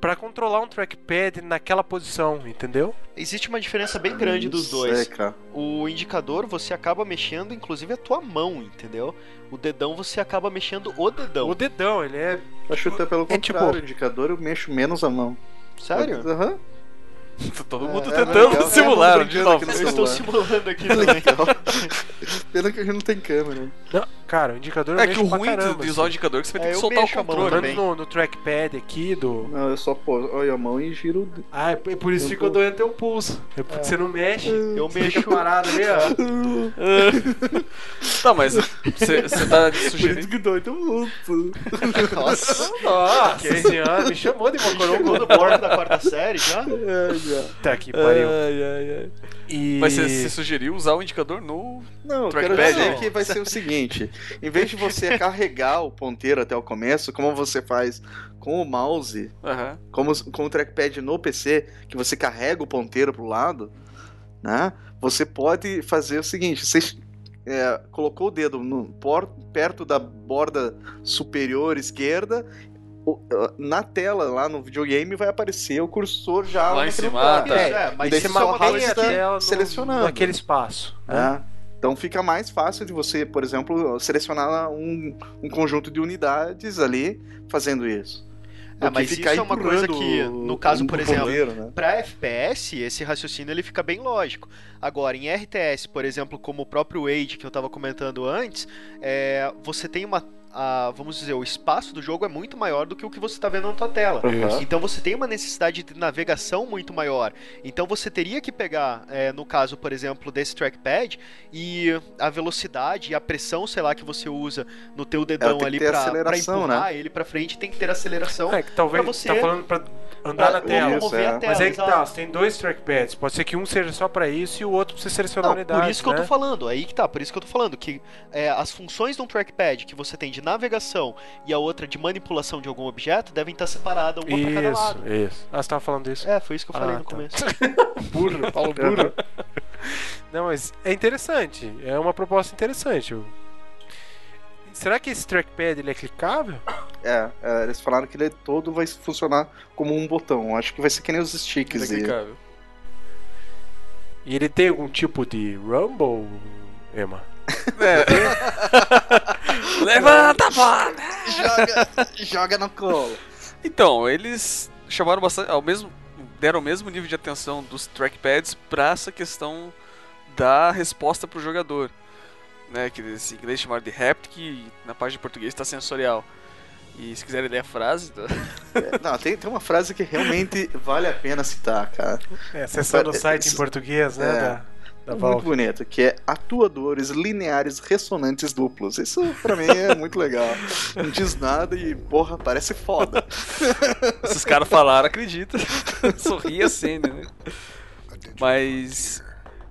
Pra controlar um trackpad naquela posição, entendeu? Existe uma diferença bem grande dos Não dois. sei, é, cara. O indicador você acaba mexendo, inclusive a tua mão, entendeu? O dedão você acaba mexendo o dedão. O dedão, ele é. Eu acho até pelo É tipo- contrário, o indicador eu mexo menos a mão. Sério? Aham. Todo mundo É, é tentando legal. simular. É, o eu tô digital. brincando Vocês sei estão lá. simulando aqui também. Então, Pena que a gente não tem câmera. Não, cara, o indicador eu É que mexo o pra ruim caramba, assim. de usar o indicador é que você vai ter É, que eu soltar o mexo a mão controle. também. Pelo menos no, no trackpad aqui do. Não, eu só pô, olho a mão e giro. o dedo. Ah, é por é por isso que ficou doendo teu pulso. É porque você não mexe. Eu Você fica mexo. parado ali, ó. Tá, mas você você tá sugerindo. que dói tão muito. Nossa. Nossa senhora, assim, me chamou de mocorongo Jogou do no bordo. bordo da quarta série já? É, já. Tá que pariu. ai, ai. E... Mas você, você sugeriu usar o indicador no. Não, eu quero Trackpad, dizer não. que vai ser o seguinte: em vez de você carregar o ponteiro até o começo, como você faz com o mouse, Aham. como com o trackpad no PC, que você carrega o ponteiro pro lado, né? Você pode fazer o seguinte: você é, colocou o dedo no por- perto da borda superior esquerda. o- Na tela lá no videogame vai aparecer o cursor já Lá em naquele cima, lugar. ah, Pois tá. é, mas daí isso você é uma só mantém coisa- a resta tela no- selecionando. né? naquele espaço. Ah, né? né? Então fica mais fácil de você, por exemplo, selecionar um, um conjunto de unidades ali fazendo isso. Ah, Do mas que isso é uma coisa empurrando que, no caso, por o exemplo, ponteiro, né? Pra FPS, esse raciocínio ele fica bem lógico. Agora, em RTS, por exemplo, como o próprio Age que eu tava comentando antes, é, você tem uma. a- vamos dizer, o espaço do jogo é muito maior do que o que você tá vendo na tua tela. Aham. Então você tem uma necessidade de navegação muito maior. Então você teria que pegar, é, no caso, por exemplo, desse trackpad, e a velocidade e a pressão, sei lá, que você usa no teu tem dedão que ali ter pra, pra aceleração, né? empurrar ele pra frente, tem que ter aceleração. É que talvez então, Pra você- tá falando pra andar na pra tela. isso. locomover é. a tela, Mas aí que exato. tá, você tem dois trackpads. Pode ser que um seja só pra isso e o outro pra você selecionar Não, a unidade. por isso que eu né? tô falando, aí que tá, por isso que eu tô falando, que é, as funções de um trackpad que você tem de navegação e a outra de manipulação de algum objeto devem estar separadas uma pra cada lado. Isso, isso. Ah, você tava falando disso. É, foi isso que eu falei Ah, no tá. começo. burro, Paulo burro. Não, mas é interessante. É uma proposta interessante. Eu- Será que esse trackpad ele é clicável? É, é, eles falaram que ele todo vai funcionar como um botão. Acho que vai ser que nem os Que sticks. e- clicável. E ele tem algum tipo de rumble, Emma? É. Levanta, mano! joga, joga no colo. Então, eles chamaram bastante. Ao mesmo, deram o mesmo nível de atenção dos trackpads pra essa questão da resposta pro jogador. Né, que eles em inglês chamaram de haptic e na página de português está sensorial. E se quiserem ler a frase, tá? É, Não, tem, tem uma frase que realmente vale a pena citar, cara. É, acessando É, o site em isso- português, né? é. Da, da muito Valve. bonito, que é atuadores lineares ressonantes duplos. Isso pra mim é muito legal. Não diz nada e, porra, parece foda. Se os caras falaram, acredita. Sorri a cena, né? Mas.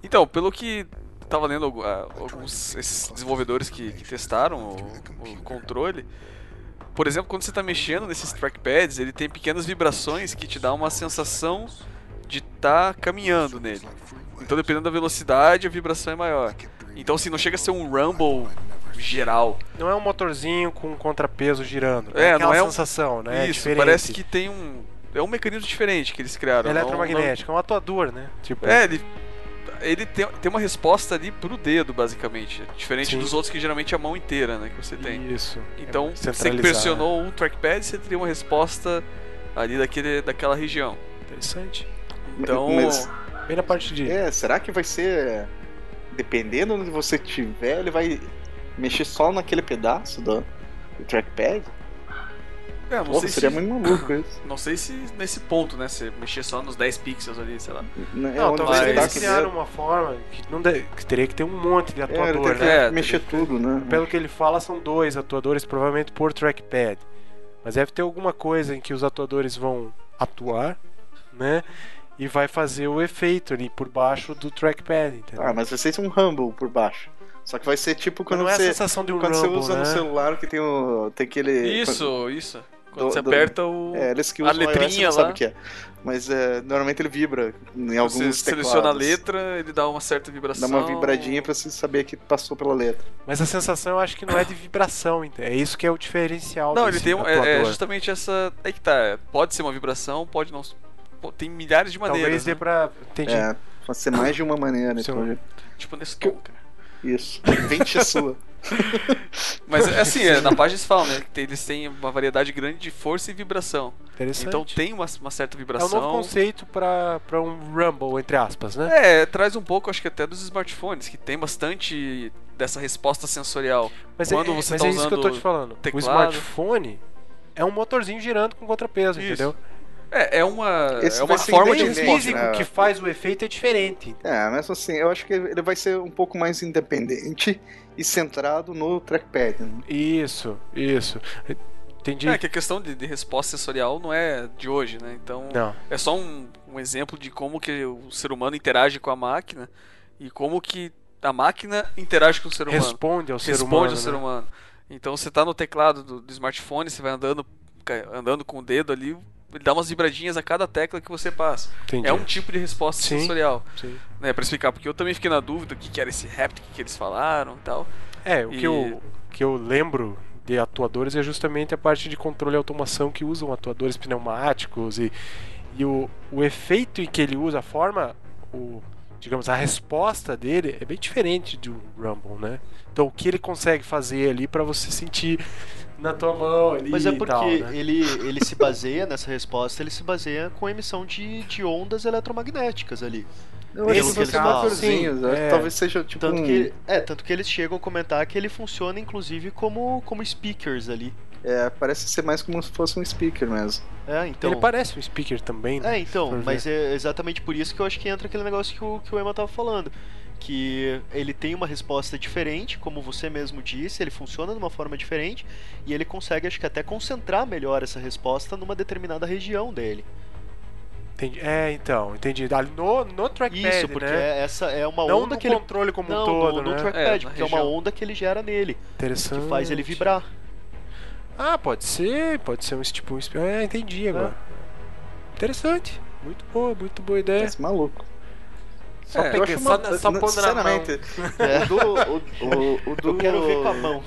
Então, pelo que tava lendo algu- ah, alguns esses desenvolvedores que, que testaram o, o controle, Por exemplo, quando você tá mexendo nesses trackpads, ele tem pequenas vibrações que te dá uma sensação de tá caminhando nele. Então, dependendo da velocidade, a vibração é maior. Então, assim, não chega a ser um rumble geral. Não é um motorzinho com um contrapeso girando. né? É, aquela não é um- sensação, né? É Isso, diferente. parece que tem um... É um mecanismo diferente que eles criaram. não- Eletromagnético, é um atuador, né? Tipo, não- É, ele... Ele tem, tem uma resposta ali pro dedo, basicamente. É Diferente Sim. dos outros que geralmente é a mão inteira, né? Que você tem. Isso. Então, É você centralizar. que pressionou né? um trackpad, você teria uma resposta ali daquele, daquela região. Interessante. Então, Mas- Bem na parte de. É, será que vai ser. Dependendo onde você tiver, ele vai mexer só naquele pedaço do, do trackpad? é, não, Porra, sei se, seria muito maluco isso. não sei se nesse ponto, né? Você mexer só nos 10 pixels ali, sei lá. Né, é Não, onde talvez você vai eles tá eles criaram primeiro. uma forma que, não de- que teria que ter um monte de É, ele atuador, tem que né? né? mexer tudo, né? Pelo que ele fala, são dois atuadores, provavelmente por trackpad. Mas deve ter alguma coisa em que os atuadores vão atuar, né? E vai fazer o efeito ali por baixo do trackpad, entendeu? Ah, mas vai ser um Rumble por baixo. Só que vai ser tipo quando não é a você. sensação de um quando rumble, você usa né? no celular que tem o. tem aquele. Isso, isso. Quando É, do- você do- aperta o. É, eles que tipo, A usam o iOS, você letrinha não sabe lá. o que é. Mas é, normalmente ele vibra em alguns você teclados. seleciona a letra, ele dá uma certa Dá vibração. uma vibradinha pra você saber que passou pela letra. Mas a sensação eu acho que não é de vibração, ente- é isso que é o diferencial Não, ele desse tem um, é- é, atuador. justamente essa. Aí que tá. Pode ser uma vibração, pode não. pô, Tem milhares de Talvez maneiras. dê Né? pra. Entendi. É, pode ser mais de uma maneira. Sim. então, Tipo nesse tom, cara. isso. Invente a sua. Mas é assim, é, na página eles falam, né? que tem- eles têm uma variedade grande de força e vibração. Interessante. Então tem uma, uma certa é um vibração. novo conceito pra, pra um rumble, entre aspas, né? É, traz um pouco, acho que até dos smartphones, que tem bastante dessa resposta sensorial. Mas, Quando é, você mas tá é isso que eu tô usando te falando. O teclado. smartphone é um motorzinho girando com contrapeso, Isso. entendeu? É, é uma, Esse é uma vai ser forma de Tem um independente, resposta. físico né? que faz o efeito é diferente. É, mas assim, eu acho que ele vai ser um pouco mais independente e centrado no trackpad. né? Isso, isso. Entendi. É, que a questão de, de resposta sensorial não é de hoje, né? Então Não. é só um, um exemplo de como que o ser humano interage com a máquina e como que a máquina interage com o ser humano. Responde ao ser responde humano. ao ser né? humano. Então você tá no teclado do, do smartphone, você vai andando, ca- andando com o dedo ali, ele dá umas vibradinhas a cada tecla que você passa. Entendi. É um tipo de resposta Sim. sensorial, Sim. né? Pra explicar, porque eu também fiquei na dúvida o que, que era esse haptic que eles falaram e tal. É, o que, E- eu, o que eu lembro de atuadores é justamente a parte de controle e automação que usam atuadores pneumáticos e, e o, o efeito em que ele usa, a forma, o, digamos, a resposta dele é bem diferente de um Rumble, né? Então o que ele consegue fazer ali pra você sentir na tua mão ali Mas é e porque tal, né? ele, ele se baseia nessa resposta, ele se baseia com a emissão de, de ondas eletromagnéticas ali. Eu Nesse acho que vão ser caso, motorzinhos. sim, eu acho que é. Talvez seja tipo Tanto um- Hum. que, é, tanto que eles chegam a comentar que ele funciona inclusive como, como speakers ali. é, parece ser mais como se fosse um speaker mesmo. É, então. Ele parece um speaker também, né? É, então, Por mas é exatamente por isso que eu acho que entra aquele negócio que o, que o Emma tava falando. Que ele tem uma resposta diferente, como você mesmo disse, ele funciona de uma forma diferente e ele consegue, acho que até concentrar melhor essa resposta numa determinada região dele. Entendi. É, então, entendi. Ali No, no trackpad, Isso, porque né? essa é uma Não onda no que ele. controle como Não, um no- todo, né? no, É, na trackpad, porque é uma região. onda que ele gera nele, que Interessante. faz ele vibrar. Ah, pode ser, pode ser um tipo um espi- É, entendi agora. Interessante. Muito boa, muito boa ideia. Parece maluco. É. Só É, eu peguei, acho só, uma- só pondo na mão. Sinceramente, É. o do. O, o, o do Eu quero ver com a mão.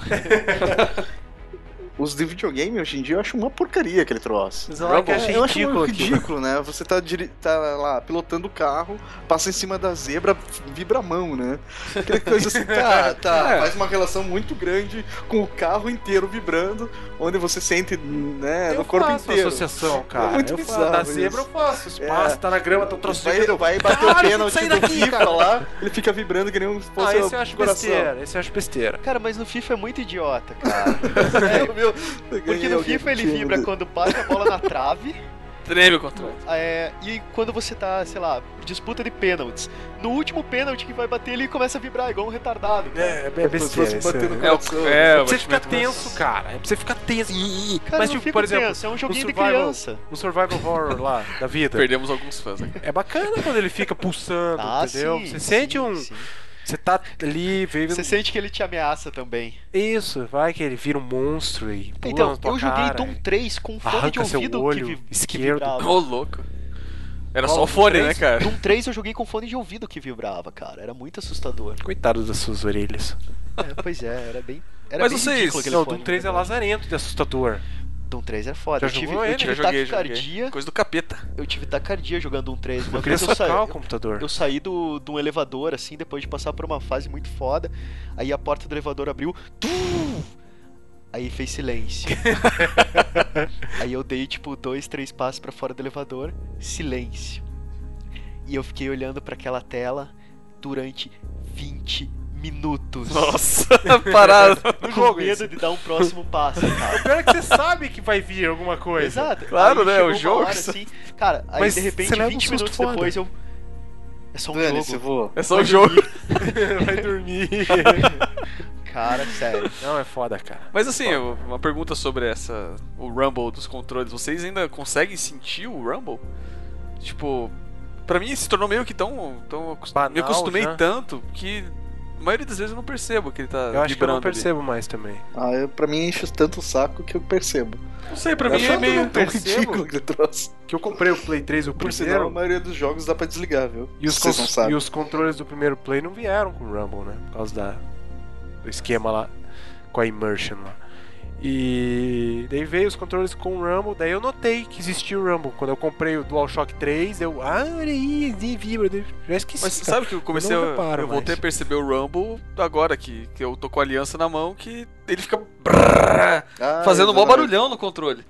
Os de videogame hoje em dia eu acho uma porcaria aquele troço. É, Mas olha que Rumble. um eu achei eu acho ridículo meio aqui. ridículo, né? Você tá, diri- tá lá pilotando o carro, passa em cima da zebra, vibra a mão, né? Aquela coisa assim, tá, tá, É. faz uma relação muito grande com o carro inteiro vibrando, onde você sente, né, eu no corpo faço inteiro. associação, cara. muito eu faço, bizarro da isso. zebra eu faço. Se É. passa, tá na grama, tá um troço Vai, de... vai bater o Caralho, pênalti sai do daqui, FIFA cara. lá, ele fica vibrando que nem um fosse Ah, esse eu o acho coração. besteira, esse eu acho besteira. Cara, mas no FIFA é muito idiota, cara. É, Sério, meu, Porque no FIFA ele vibra quando bate a bola na trave. Treme o controle. É, e quando você tá, sei lá, disputa de pênaltis, no último pênalti que vai bater, ele começa a vibrar igual um retardado. cara. É, é besteira. isso batendo é. É, o, é, É o pra você ficar batimento mais- tenso, cara. É pra você ficar tenso. Ih, ih. Cara, Mas, eu não tipo, fico por exemplo, tenso, é um joguinho de survival- criança. o Survival Horror lá, da vida. Perdemos alguns fãs aqui. É bacana quando ele fica pulsando, entendeu? Ah, sim, você sente sim, um. sim. Você tá ali, vendo. Você sente que ele te ameaça também. Isso, vai que ele vira um monstro e pula Então, na tua eu joguei cara, Doom e 3 com fone de Arranca seu ouvido que, olho vi- que esquerdo. Ô, vibrava. louco. Era Qual só o dos fone, né, três? cara? Doom 3 eu joguei com fone de ouvido que vibrava, cara. Era muito assustador. Coitado das suas orelhas. É, pois é, era bem. Era Mas bem vocês- ridículo aquele Não, fone, né, Doom 3 é na verdade. lazarento de assustador. Doom 3 era é Já foda. Eu tive, jogou eu ele? Já tive joguei, taquicardia, joguei. Coisa do capeta. eu tive taquicardia jogando um Doom 3. Uma Eu queria vez eu saí, socar o eu, computador. eu saí do, de um elevador, assim, depois de passar por uma fase muito foda. Aí a porta do elevador abriu. tum! Aí fez silêncio. aí eu dei, tipo, dois, três passos pra fora do elevador. Silêncio. E eu fiquei olhando pra aquela tela durante 20 minutos. Nossa, parado. Com jogo medo isso. de dar um próximo passo, cara. Pior é que você sabe que vai vir alguma coisa. Exato. Claro, né, chegou o uma jogo. Hora, assim, cara, aí Mas de repente, você leva um 20 susto minutos foda. depois, eu. É só um Dane-se, jogo. vou. É só o jogo. vai dormir. Cara, sério. Não, é foda, cara. Mas assim, eu- uma pergunta sobre essa. O Rumble dos controles. Vocês ainda conseguem sentir o Rumble? Tipo. Pra mim se tornou meio que tão. tão acos- Banal me acostumei já. tanto que. A maioria das vezes eu não percebo que ele tá Eu acho que eu vibrando. não percebo mais também. Ah, eu, pra mim enche tanto o saco que eu percebo. ali. Não sei, pra Eu mim é achava meio. tão percebo. ridículo que trouxe. Que eu comprei o Play 3 o Por sinal, a primeiro. maioria dos jogos dá pra desligar, viu? E os, Vocês cons- não sabem. e os controles do primeiro play não vieram com o Rumble, né? Por causa da- do esquema lá, com a Immersion lá. E daí veio os controles com o Rumble, daí eu notei que existia o Rumble. Quando eu comprei o DualShock 3, eu. Ah, olha aí, de vibra, de- já esqueci. Mas você cara. sabe que eu comecei não a- reparo Eu voltei mais. a perceber o Rumble agora que, que eu tô com a aliança na mão que ele fica. brrrr, Ah, fazendo mó exatamente. barulhão no controle.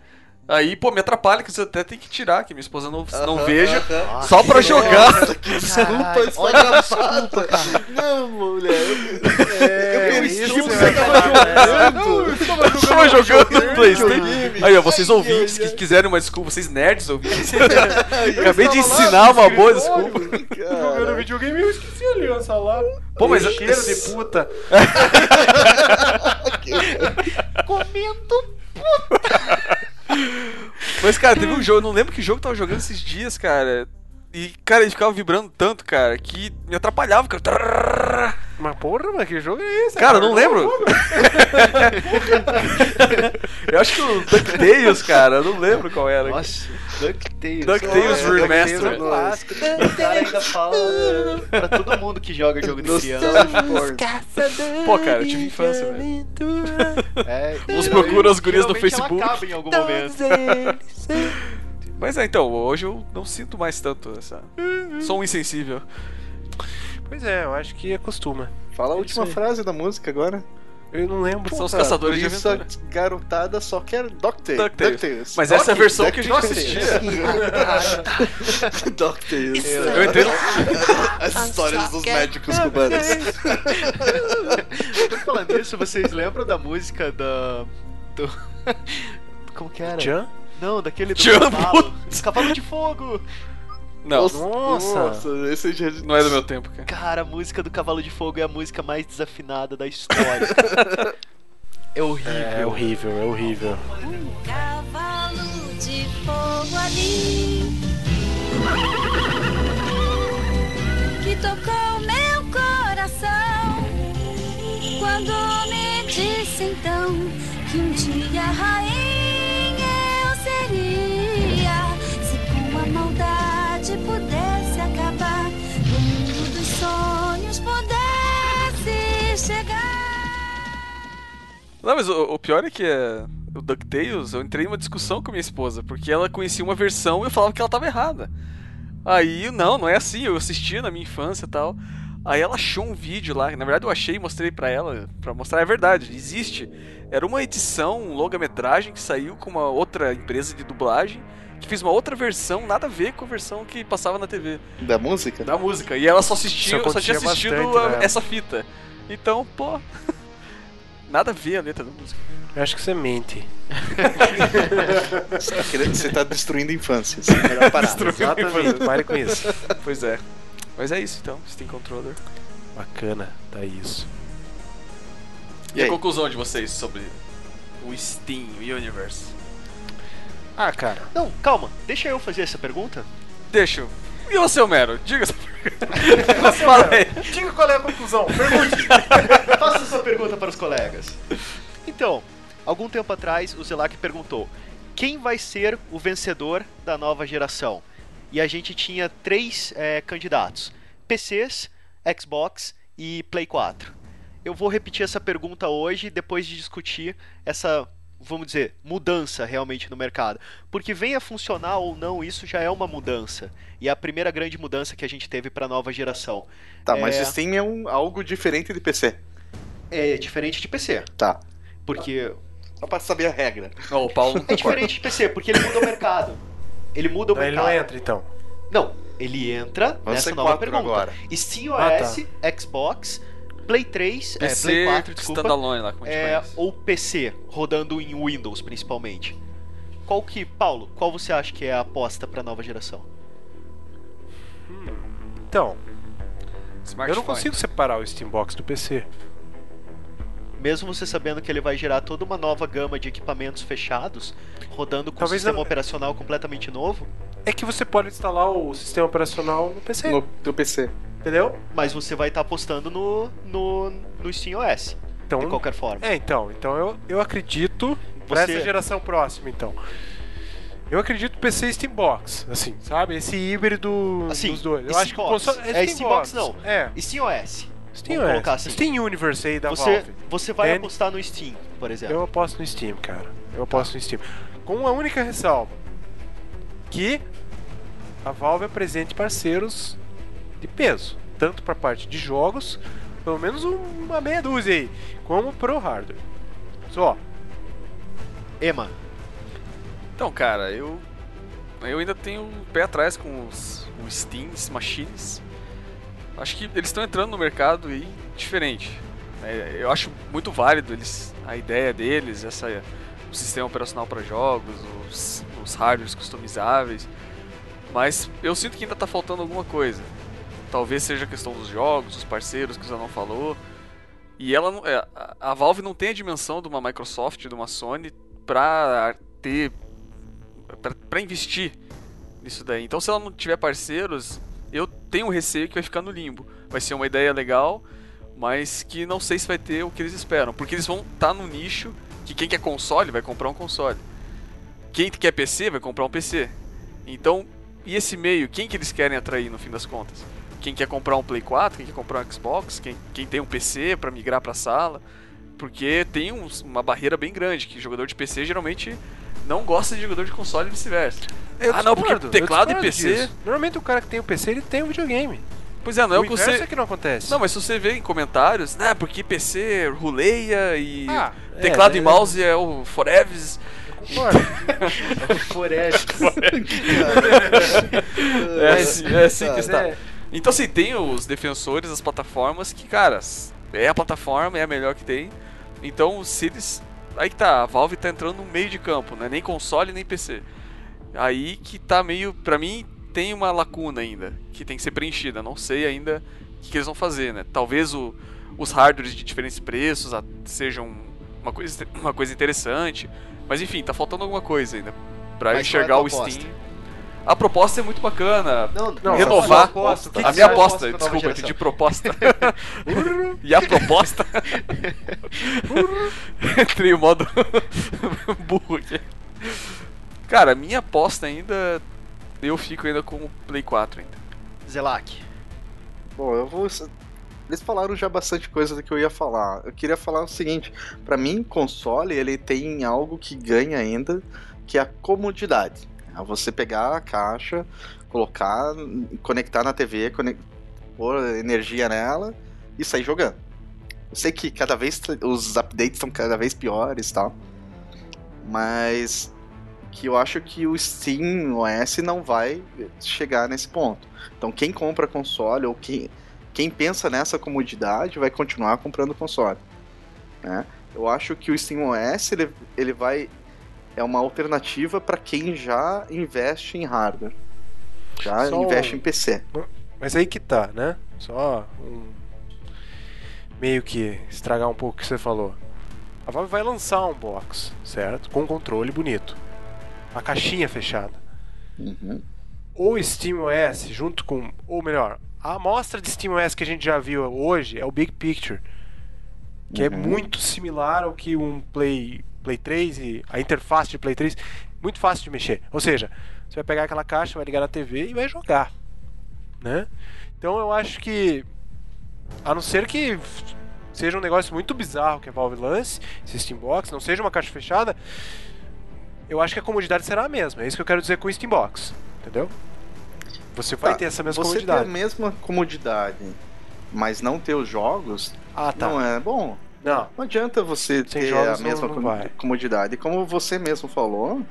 Aí, pô, me atrapalha que você até tem que tirar, que minha esposa não, não Aham, veja. aham. Só pra jogar. Desculpa, Caralho, está olha gravado. Não, mulher. eu É, percebi isso que é você tava verdade. jogando. Eu tava jogando no videogame. Playstation. Aí, ó, vocês Ai, ouvintes ai, ai. que quiserem uma desculpa, vocês nerds ouvintes. Acabei Eu de estava lá ensinar no uma boa escritório. desculpa. Cara, Jogando videogame, eu esqueci a aliança lá. Pô, mas- cheiro de puta. Comendo. Mas, cara, teve um jogo, eu não lembro que jogo eu tava jogando esses dias, cara. E, cara, ele ficava vibrando tanto, cara, que me atrapalhava, cara. Trrr. Mas porra, mas que jogo é esse? Cara, eu não lembro. eu acho que o DuckTales, cara, eu não lembro qual era. Nossa, DuckTales. DuckTales Olha, Remastered. DuckTales é um clássico. O cara ainda fala pra todo mundo que joga jogo de criança. nostalgia porn. Pô, cara, eu tive infância, velho. É, Uns geralmente- procuram as gurias no geralmente ela Facebook. acaba em algum momento. Mas é, então, hoje eu não sinto mais tanto essa. Sou um insensível. Pois é, eu acho que acostuma. Fala a última Isso aí. frase da música agora. Eu não lembro. São os Cara, caçadores de por isso aventura. a garotada só quer DuckTales. DuckTales. DuckTales. Mas essa é a Doc- versão que a gente DuckTales. DuckTales. Eu entrei no- As histórias dos médicos cubanos. Tô falando isso, vocês lembram da música da. Do... Como que era? Tchan? Não, daquele do Jump. cavalo. Cavalo de fogo. Não, Nossa. esse já... não é do meu tempo, cara. Cara, a música do Cavalo de Fogo é a música mais desafinada da história. é É horrível. horrível, é horrível. Um cavalo de fogo ali que tocou meu coração quando me disse então que um dia rainha eu seria se com a maldade pudesse acabar o mundo dos sonhos pudesse chegar Não, mas o, o pior é que é, o DuckTales, eu entrei numa discussão com minha esposa, porque ela conhecia uma versão e eu falava que ela tava errada. Aí, eu, não, não é assim, eu assistia na minha infância e tal. Aí ela achou um vídeo lá, que na verdade eu achei e mostrei pra ela, pra mostrar a verdade, existe. Era uma edição, um longa-metragem que saiu com uma outra empresa de dublagem, que fez uma outra versão, nada a ver com a versão que passava na TV Da música? da música. E ela só assistiu, Isso só tinha acontecia assistido bastante, a- né? essa fita. Então, pô. Nada a ver a letra da música. Eu acho que você mente. Você tá, querendo- você tá destruindo assim. infâncias. Melhor parar. Exatamente, pare com isso. Pois é. Mas é isso então, Steam Controller. Bacana, tá isso. E, E a aí? conclusão de vocês sobre o Steam Universe? Ah, cara. Não, calma, deixa eu fazer essa pergunta. Deixa. eu- E você, Homero? Diga essa pergunta. Fala aí. Diga qual é a conclusão. Pergunte. Faça essa pergunta para os colegas. Então, algum tempo atrás, o Zelak perguntou: quem vai ser o vencedor da nova geração? E a gente tinha três eh, candidatos: PCs, Xbox e Play 4. Eu vou repetir essa pergunta hoje, depois de discutir essa, vamos dizer, mudança realmente no mercado. Porque venha funcionar ou não, isso já é uma mudança. E é a primeira grande mudança que a gente teve para a nova geração. Tá, mas É. o Steam é um, algo diferente de PC. É diferente de PC. Tá. Porque Só pra saber a regra. Ó, o Paulo É diferente de PC, porque ele muda o mercado. Ele muda o Então, ele mercado. não entra, então. Não, ele entra nessa ser nova quatro pergunta. agora. Ah, tá. SteamOS, Xbox, Play 3, é, PC Play 4, desculpa, standalone lá, como um a gente é, conhece. ou PC, rodando em Windows principalmente. Qual que, Paulo, qual você acha que é a aposta pra nova geração? Então, Smartphone. eu não consigo separar o Steambox do PC. Mesmo você sabendo que ele vai gerar toda uma nova gama de equipamentos fechados, rodando com Talvez um sistema não- operacional completamente novo, É que você pode instalar o sistema operacional no PC, No, do PC. entendeu? mas você vai estar apostando no, no, no SteamOS, Então, de qualquer forma. É, então, então eu, eu acredito pra Você- essa geração próxima, então. Eu acredito PC e Steambox, assim, sabe? Esse híbrido Assim, dos dois. Eu acho que o Steambox. console É Steambox, não. É, SteamOS. Steam Vamos colocar é. assim. Steam Universe aí da Você, Valve. você vai Entende? apostar no Steam, por exemplo. Eu aposto no Steam, cara. Eu aposto Tá. no Steam. Com a única ressalva que a Valve apresente parceiros de peso, tanto pra parte de jogos, pelo menos um- uma meia dúzia aí, como pro hardware. Só. Ema, Então, cara, eu eu ainda tenho o pé atrás com os, os Steams, Machines. Acho que eles estão entrando no mercado e diferente. É, eu acho muito válido eles a ideia deles, essa o sistema operacional para jogos, os, os hardwares customizáveis. Mas eu sinto que ainda tá faltando alguma coisa. Talvez seja a questão dos jogos, os parceiros que o Zé não falou. E ela não- é, a- a Valve não tem a dimensão de uma Microsoft, de uma Sony para ter pra- pra investir nisso daí. Então, se ela não tiver parceiros, eu tenho um receio que vai ficar no limbo. Vai ser uma ideia legal, mas que não sei se vai ter o que eles esperam, porque eles vão estar no nicho que quem quer console vai comprar um console. Quem quer PC vai comprar um PC. Então, e esse meio, quem que eles querem atrair no fim das contas? Quem quer comprar um Play 4, quem quer comprar um Xbox, quem, quem tem um PC pra migrar pra sala? Porque tem um- uma barreira bem grande, que jogador de PC geralmente não gosta de jogador de console e vice-versa. Eu Ah, não, porque discordo, eu teclado e discordo PC. disso. Normalmente o cara que tem o PC, ele tem um videogame. Pois é, não é o o que inverso você. é que não acontece. Não, mas se você vê em comentários, né, porque PC ruleia e Ah, teclado é, e mouse é o Forevs. Concordo. Forest. É assim, é assim que Mas está. é- Então assim, tem os defensores das plataformas que, cara, é a plataforma, é a melhor que tem. Então se eles. Aí que tá, a Valve tá entrando no meio de campo, né? Nem console, nem PC. Aí que tá meio. Pra mim, tem uma lacuna ainda, que tem que ser preenchida. Não sei ainda o que, que eles vão fazer, né? Talvez o- os hardwares de diferentes preços a- sejam uma coisa, uma coisa interessante. Mas enfim, tá faltando alguma coisa ainda. Pra Mas qual é a enxergar o proposta? Steam. A proposta é muito bacana. Não, Não, essa renovar. foi a aposta. O que a minha que você aposta, da nova desculpa, geração? entendi proposta. e a proposta entrei o modo burro aqui. Cara, a minha aposta ainda eu fico ainda com o Play 4 ainda. Zelak. Bom, eu vou. Eles falaram já bastante coisa do que eu ia falar. Eu queria falar o seguinte: pra mim, console ele tem algo que ganha ainda, que é a comodidade. É você pegar a caixa, colocar, conectar na TV, conec- pôr energia nela e sair jogando. Eu sei que cada vez t- os updates estão cada vez piores e tal, mas que eu acho que o Steam OS não vai chegar nesse ponto. Então quem compra console ou quem, quem pensa nessa comodidade vai continuar comprando console. né? Eu acho que o SteamOS ele, ele vai é uma alternativa para quem já investe em hardware, já Só um- investe em PC. Mas aí que tá, né? Só um. Meio que estragar um pouco o que você falou. A Valve vai lançar um box, certo? Com um controle bonito. A caixinha fechada. Uhum. O SteamOS, junto com. Ou melhor, a amostra de SteamOS que a gente já viu hoje é o Big Picture, que é Uhum. muito similar ao que um Play, Play 3 e a interface de Play 3, muito fácil de mexer. Ou seja, você vai pegar aquela caixa, vai ligar na TV e vai jogar, né? Então eu acho que a não ser que seja um negócio muito bizarro que a Valve lance, esse Steambox, não seja uma caixa fechada, eu acho que a comodidade será a mesma. É isso que eu quero dizer com o Steambox, entendeu? Você vai Tá, ter essa mesma Você ter a comodidade. mesma comodidade, mas não ter os jogos, Ah, tá. não é bom. Não. Não adianta você Sem ter jogos a não- mesma não com- vai. comodidade. Como você mesmo falou,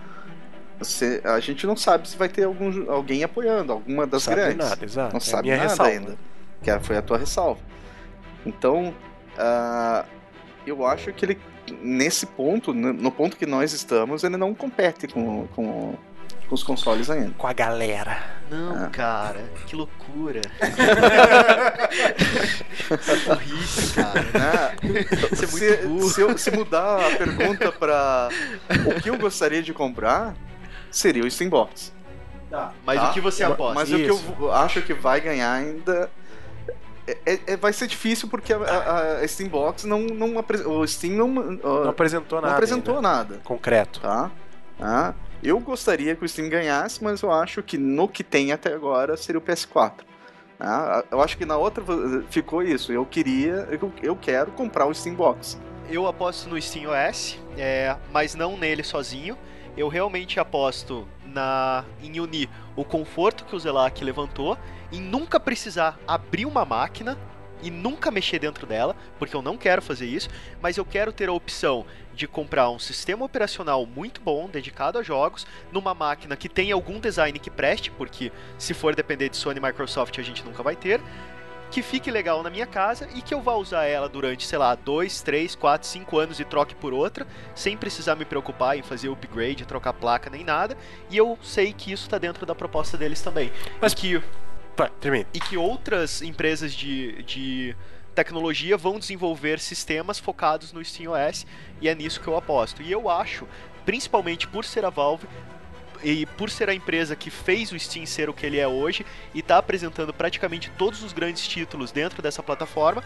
você- a gente não sabe se vai ter algum ju- alguém apoiando, alguma das sabe grandes. nada, exato. Tá Não É a sabe minha nada ressalva. ainda. Que era- foi a tua ressalva. Então, ah, eu acho que ele, nesse ponto, no no ponto que nós estamos, ele não compete com, com- com os consoles ainda. Com a galera. Não, Ah. cara, que loucura. É que burrice, cara. né? Você é muito se, burro. se eu- se mudar a pergunta pra o que eu gostaria de comprar, seria o Steambox. Mas Tá. o que você Eu- aposta? Mas o que eu vo- acho que vai ganhar ainda. é- é- é- vai ser difícil porque a, a- a Steambox não, não apre- o Steam não, ó, Não apresentou não nada. apresentou ainda. nada, Concreto. tá? Ah, eu gostaria que o Steam ganhasse, mas eu acho que no que tem até agora seria o PS4. Ah, eu acho que na outra vo- ficou isso. Eu queria, eu, eu quero comprar o Steambox. Eu aposto no SteamOS, é, mas não nele sozinho. Eu realmente aposto na em unir o conforto que o Zelac levantou em nunca precisar abrir uma máquina e nunca mexer dentro dela, porque eu não quero fazer isso, mas eu quero ter a opção de comprar um sistema operacional muito bom, dedicado a jogos, numa máquina que tenha algum design que preste, porque se for depender de Sony e Microsoft a gente nunca vai ter, que fique legal na minha casa e que eu vá usar ela durante, sei lá, 2, 3, 4, 5 anos e troque por outra, sem precisar me preocupar em fazer upgrade, trocar placa nem nada. E eu sei que isso tá dentro da proposta deles também. Mas- Mas que Pá, Tá, termina. e que outras empresas de, de tecnologia vão desenvolver sistemas focados no SteamOS e é nisso que eu aposto. E eu acho, principalmente por ser a Valve e por ser a empresa que fez o Steam ser o que ele é hoje e está apresentando praticamente todos os grandes títulos dentro dessa plataforma,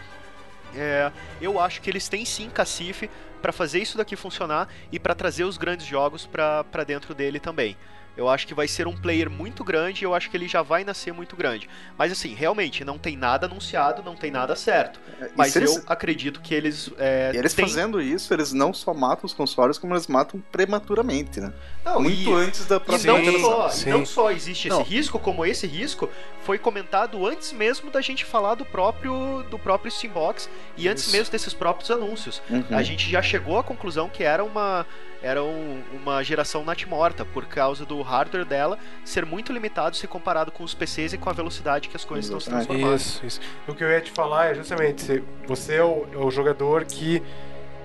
é, eu acho que eles têm sim cacife para fazer isso daqui funcionar e para trazer os grandes jogos para dentro dele também. Eu acho que vai ser um player muito grande e eu acho que ele já vai nascer muito grande. Mas assim, realmente, não tem nada anunciado, não tem nada certo. É, E Mas se eu eles- acredito que eles. É, E eles têm- fazendo isso, eles não só matam os consoles, como eles matam prematuramente, né? Não, Muito e- antes da E próxima não, Sim, geração. só, e sim. não só existe Não. esse risco, como esse risco foi comentado antes mesmo da gente falar do próprio do próprio Steambox e antes Isso. mesmo desses próprios anúncios. Uhum. A gente já chegou à conclusão que era uma era um- uma geração natimorta por causa do hardware dela ser muito limitado se comparado com os PCs e com a velocidade que as coisas estão se Exatamente. transformando. Isso, isso. O que eu ia te falar é justamente, você- você é o, é o jogador que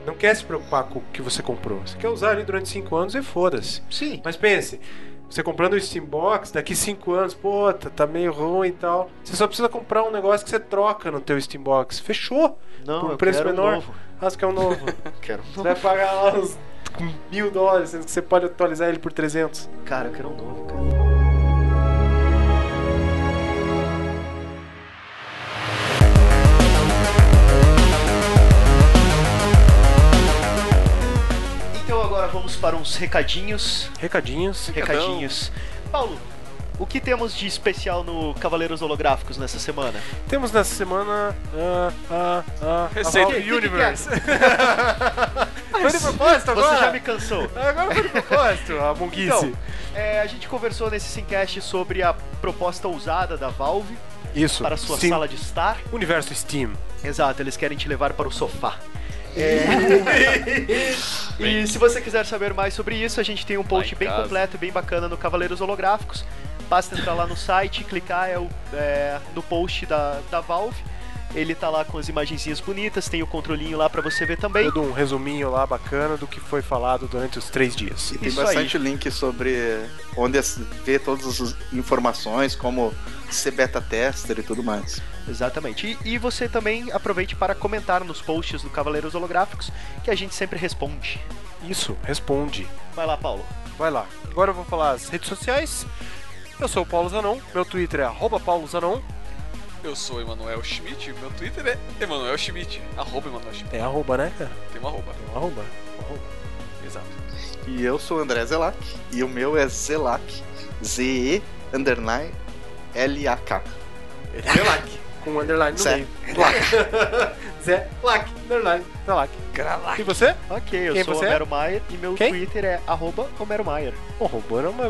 não quer se preocupar com o que você comprou. Você quer usar ele durante 5 anos e foda-se. Sim. Mas pense, você comprando o Steambox, daqui 5 anos, pô, tá, tá meio ruim e tal. Você só precisa comprar um negócio que você troca no teu Steambox. Fechou! Não, Por eu preço quero um menor? novo. Ah, você quer um novo. Quero um você novo. vai pagar lá uns mil dólares, sendo que você pode atualizar ele por 300. Cara, eu quero um novo, cara. Então agora vamos para uns recadinhos. Recadinhos. Recadão. Recadinhos. Paulo, o que temos de especial no Cavaleiros Holográficos nessa semana? Temos nessa semana ah, ah, ah, Receita a Valve e Universe. Foi de propósito agora? Você já me cansou. Agora foi de propósito, a Então, é, a gente conversou nesse Simcast sobre a proposta ousada da Valve Isso. para sua Steam. sala de estar. Universo Steam. Exato, eles querem te levar para o sofá. É. e se você quiser saber mais sobre isso, a gente tem um post em bem casa. completo, bem bacana no Cavaleiros Holográficos. Basta entrar lá no site, clicar é o- é, no post da, da Valve. Ele tá lá com as imagenzinhas bonitas, tem o controlinho lá para você ver também. Todo um resuminho lá bacana do que foi falado durante os três dias. E tem Isso bastante link sobre onde as- ver todas as informações, como ser beta tester e tudo mais. Exatamente. E, e você também aproveite para comentar nos posts do Cavaleiros Holográficos, que a gente sempre responde. Isso, responde. Vai lá, Paulo. Vai lá. Agora eu vou falar as redes sociais. Eu sou o Paulo Zanon, meu Twitter é arroba Paulo Zanon. Eu sou Emanuel Schmidt e meu Twitter é Emanuel Schmidt. Arroba Emanuel Schmidt. Tem arroba, né, cara? Tem uma arroba. Tem um arroba. um arroba. Exato. E eu sou o André Zelac. E o meu é Zelac. Z-E underline L-A-K. Zé Lac. Com um underline no Zé. meio. Zé Lac. Underline. Zé Lac. E você? Ok, eu Quem sou você é? Homero Maier e meu Quem? Twitter é arroba Homero Maier. Pô, roubando uma...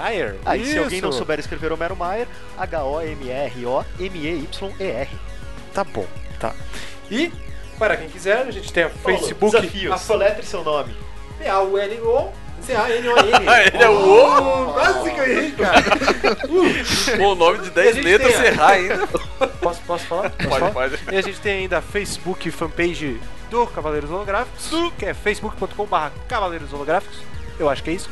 Ayer. Ah, e se alguém não souber escrever Homero Maier, H-O-M-R-O-M-E-Y-E-R. Tá bom, tá. E, para quem quiser, a gente tem a Facebook... Desafios. Soletre seu nome. P-A-U-L-O. C-A-N-O-N. Ele é o O. Quase que eu errei, cara. Bom nome de E a 10 gente letras, tem a- errar ainda. Posso, posso falar? Posso falar? Pode, pode. E a gente tem ainda a Facebook fanpage do Cavaleiros Holográficos, que é facebook.com.br Cavaleiros Holográficos. Eu acho que é isso.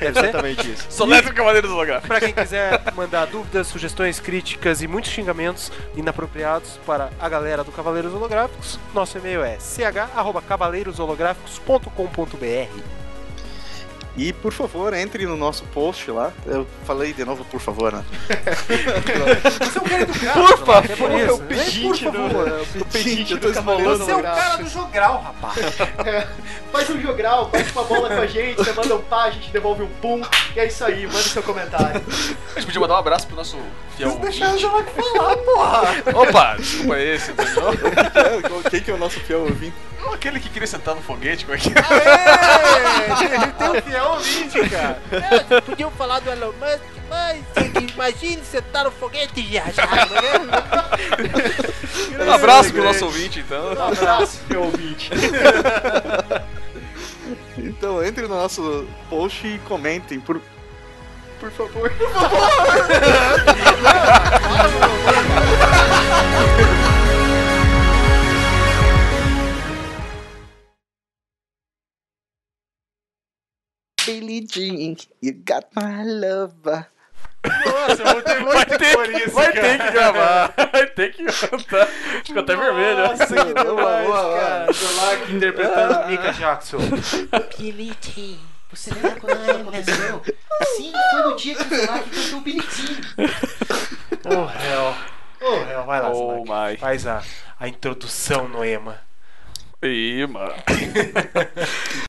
Deve ser. Exatamente isso. Soletra Cavaleiros do Lugar. Pra quem quiser mandar dúvidas, sugestões, críticas e muitos xingamentos inapropriados para a galera do Cavaleiros Holográficos, nosso e-mail é É ch@cavaleirosolográficos.com.br. E por favor, entre no nosso post lá. Eu falei de novo, por favor, né? Você é o cara do Por favor, é por isso. é o pedinte é por favor. O Gente, pedinte eu do tô Cavaleiro esmolando Você é o Holográfico. cara do jogral, rapaz. Faz um jogral, bate uma bola com a gente, você manda um pá, a gente devolve um pum, e é isso aí, manda seu comentário. A gente podia mandar um abraço pro nosso fiel Deixaram o Zé ouvinte. Lac falar, porra. Opa, desculpa aí, tá esse entendeu? Quem que é o nosso fiel ouvinte? Não aquele que queria sentar no foguete, como é que Ele tem um fiel ouvinte, cara. Podiam falar do Elon Musk, mas imagine sentar no foguete e viajar. é? Um abraço pro nosso ouvinte, então. Um abraço, meu ouvinte. Então, entre no nosso post e comentem, por, por favor. Billy Jean, you got my lover. Nossa, eu vou ter muito por isso, Vai ter que gravar, vai ter que cantar. Ficou até vermelho. Nossa, que Boa, demais, boa, Ah. boa. cara. Zé Lac interpretando Mika Jackson. Bilitim, você lembra quando isso aconteceu? Sim, foi no dia que o Zelak cantou o Bilitim. Oh, réu. Oh, réu. Vai lá, Zé Oh Lac. my. Faz a, a introdução, Noema. Ih, mano.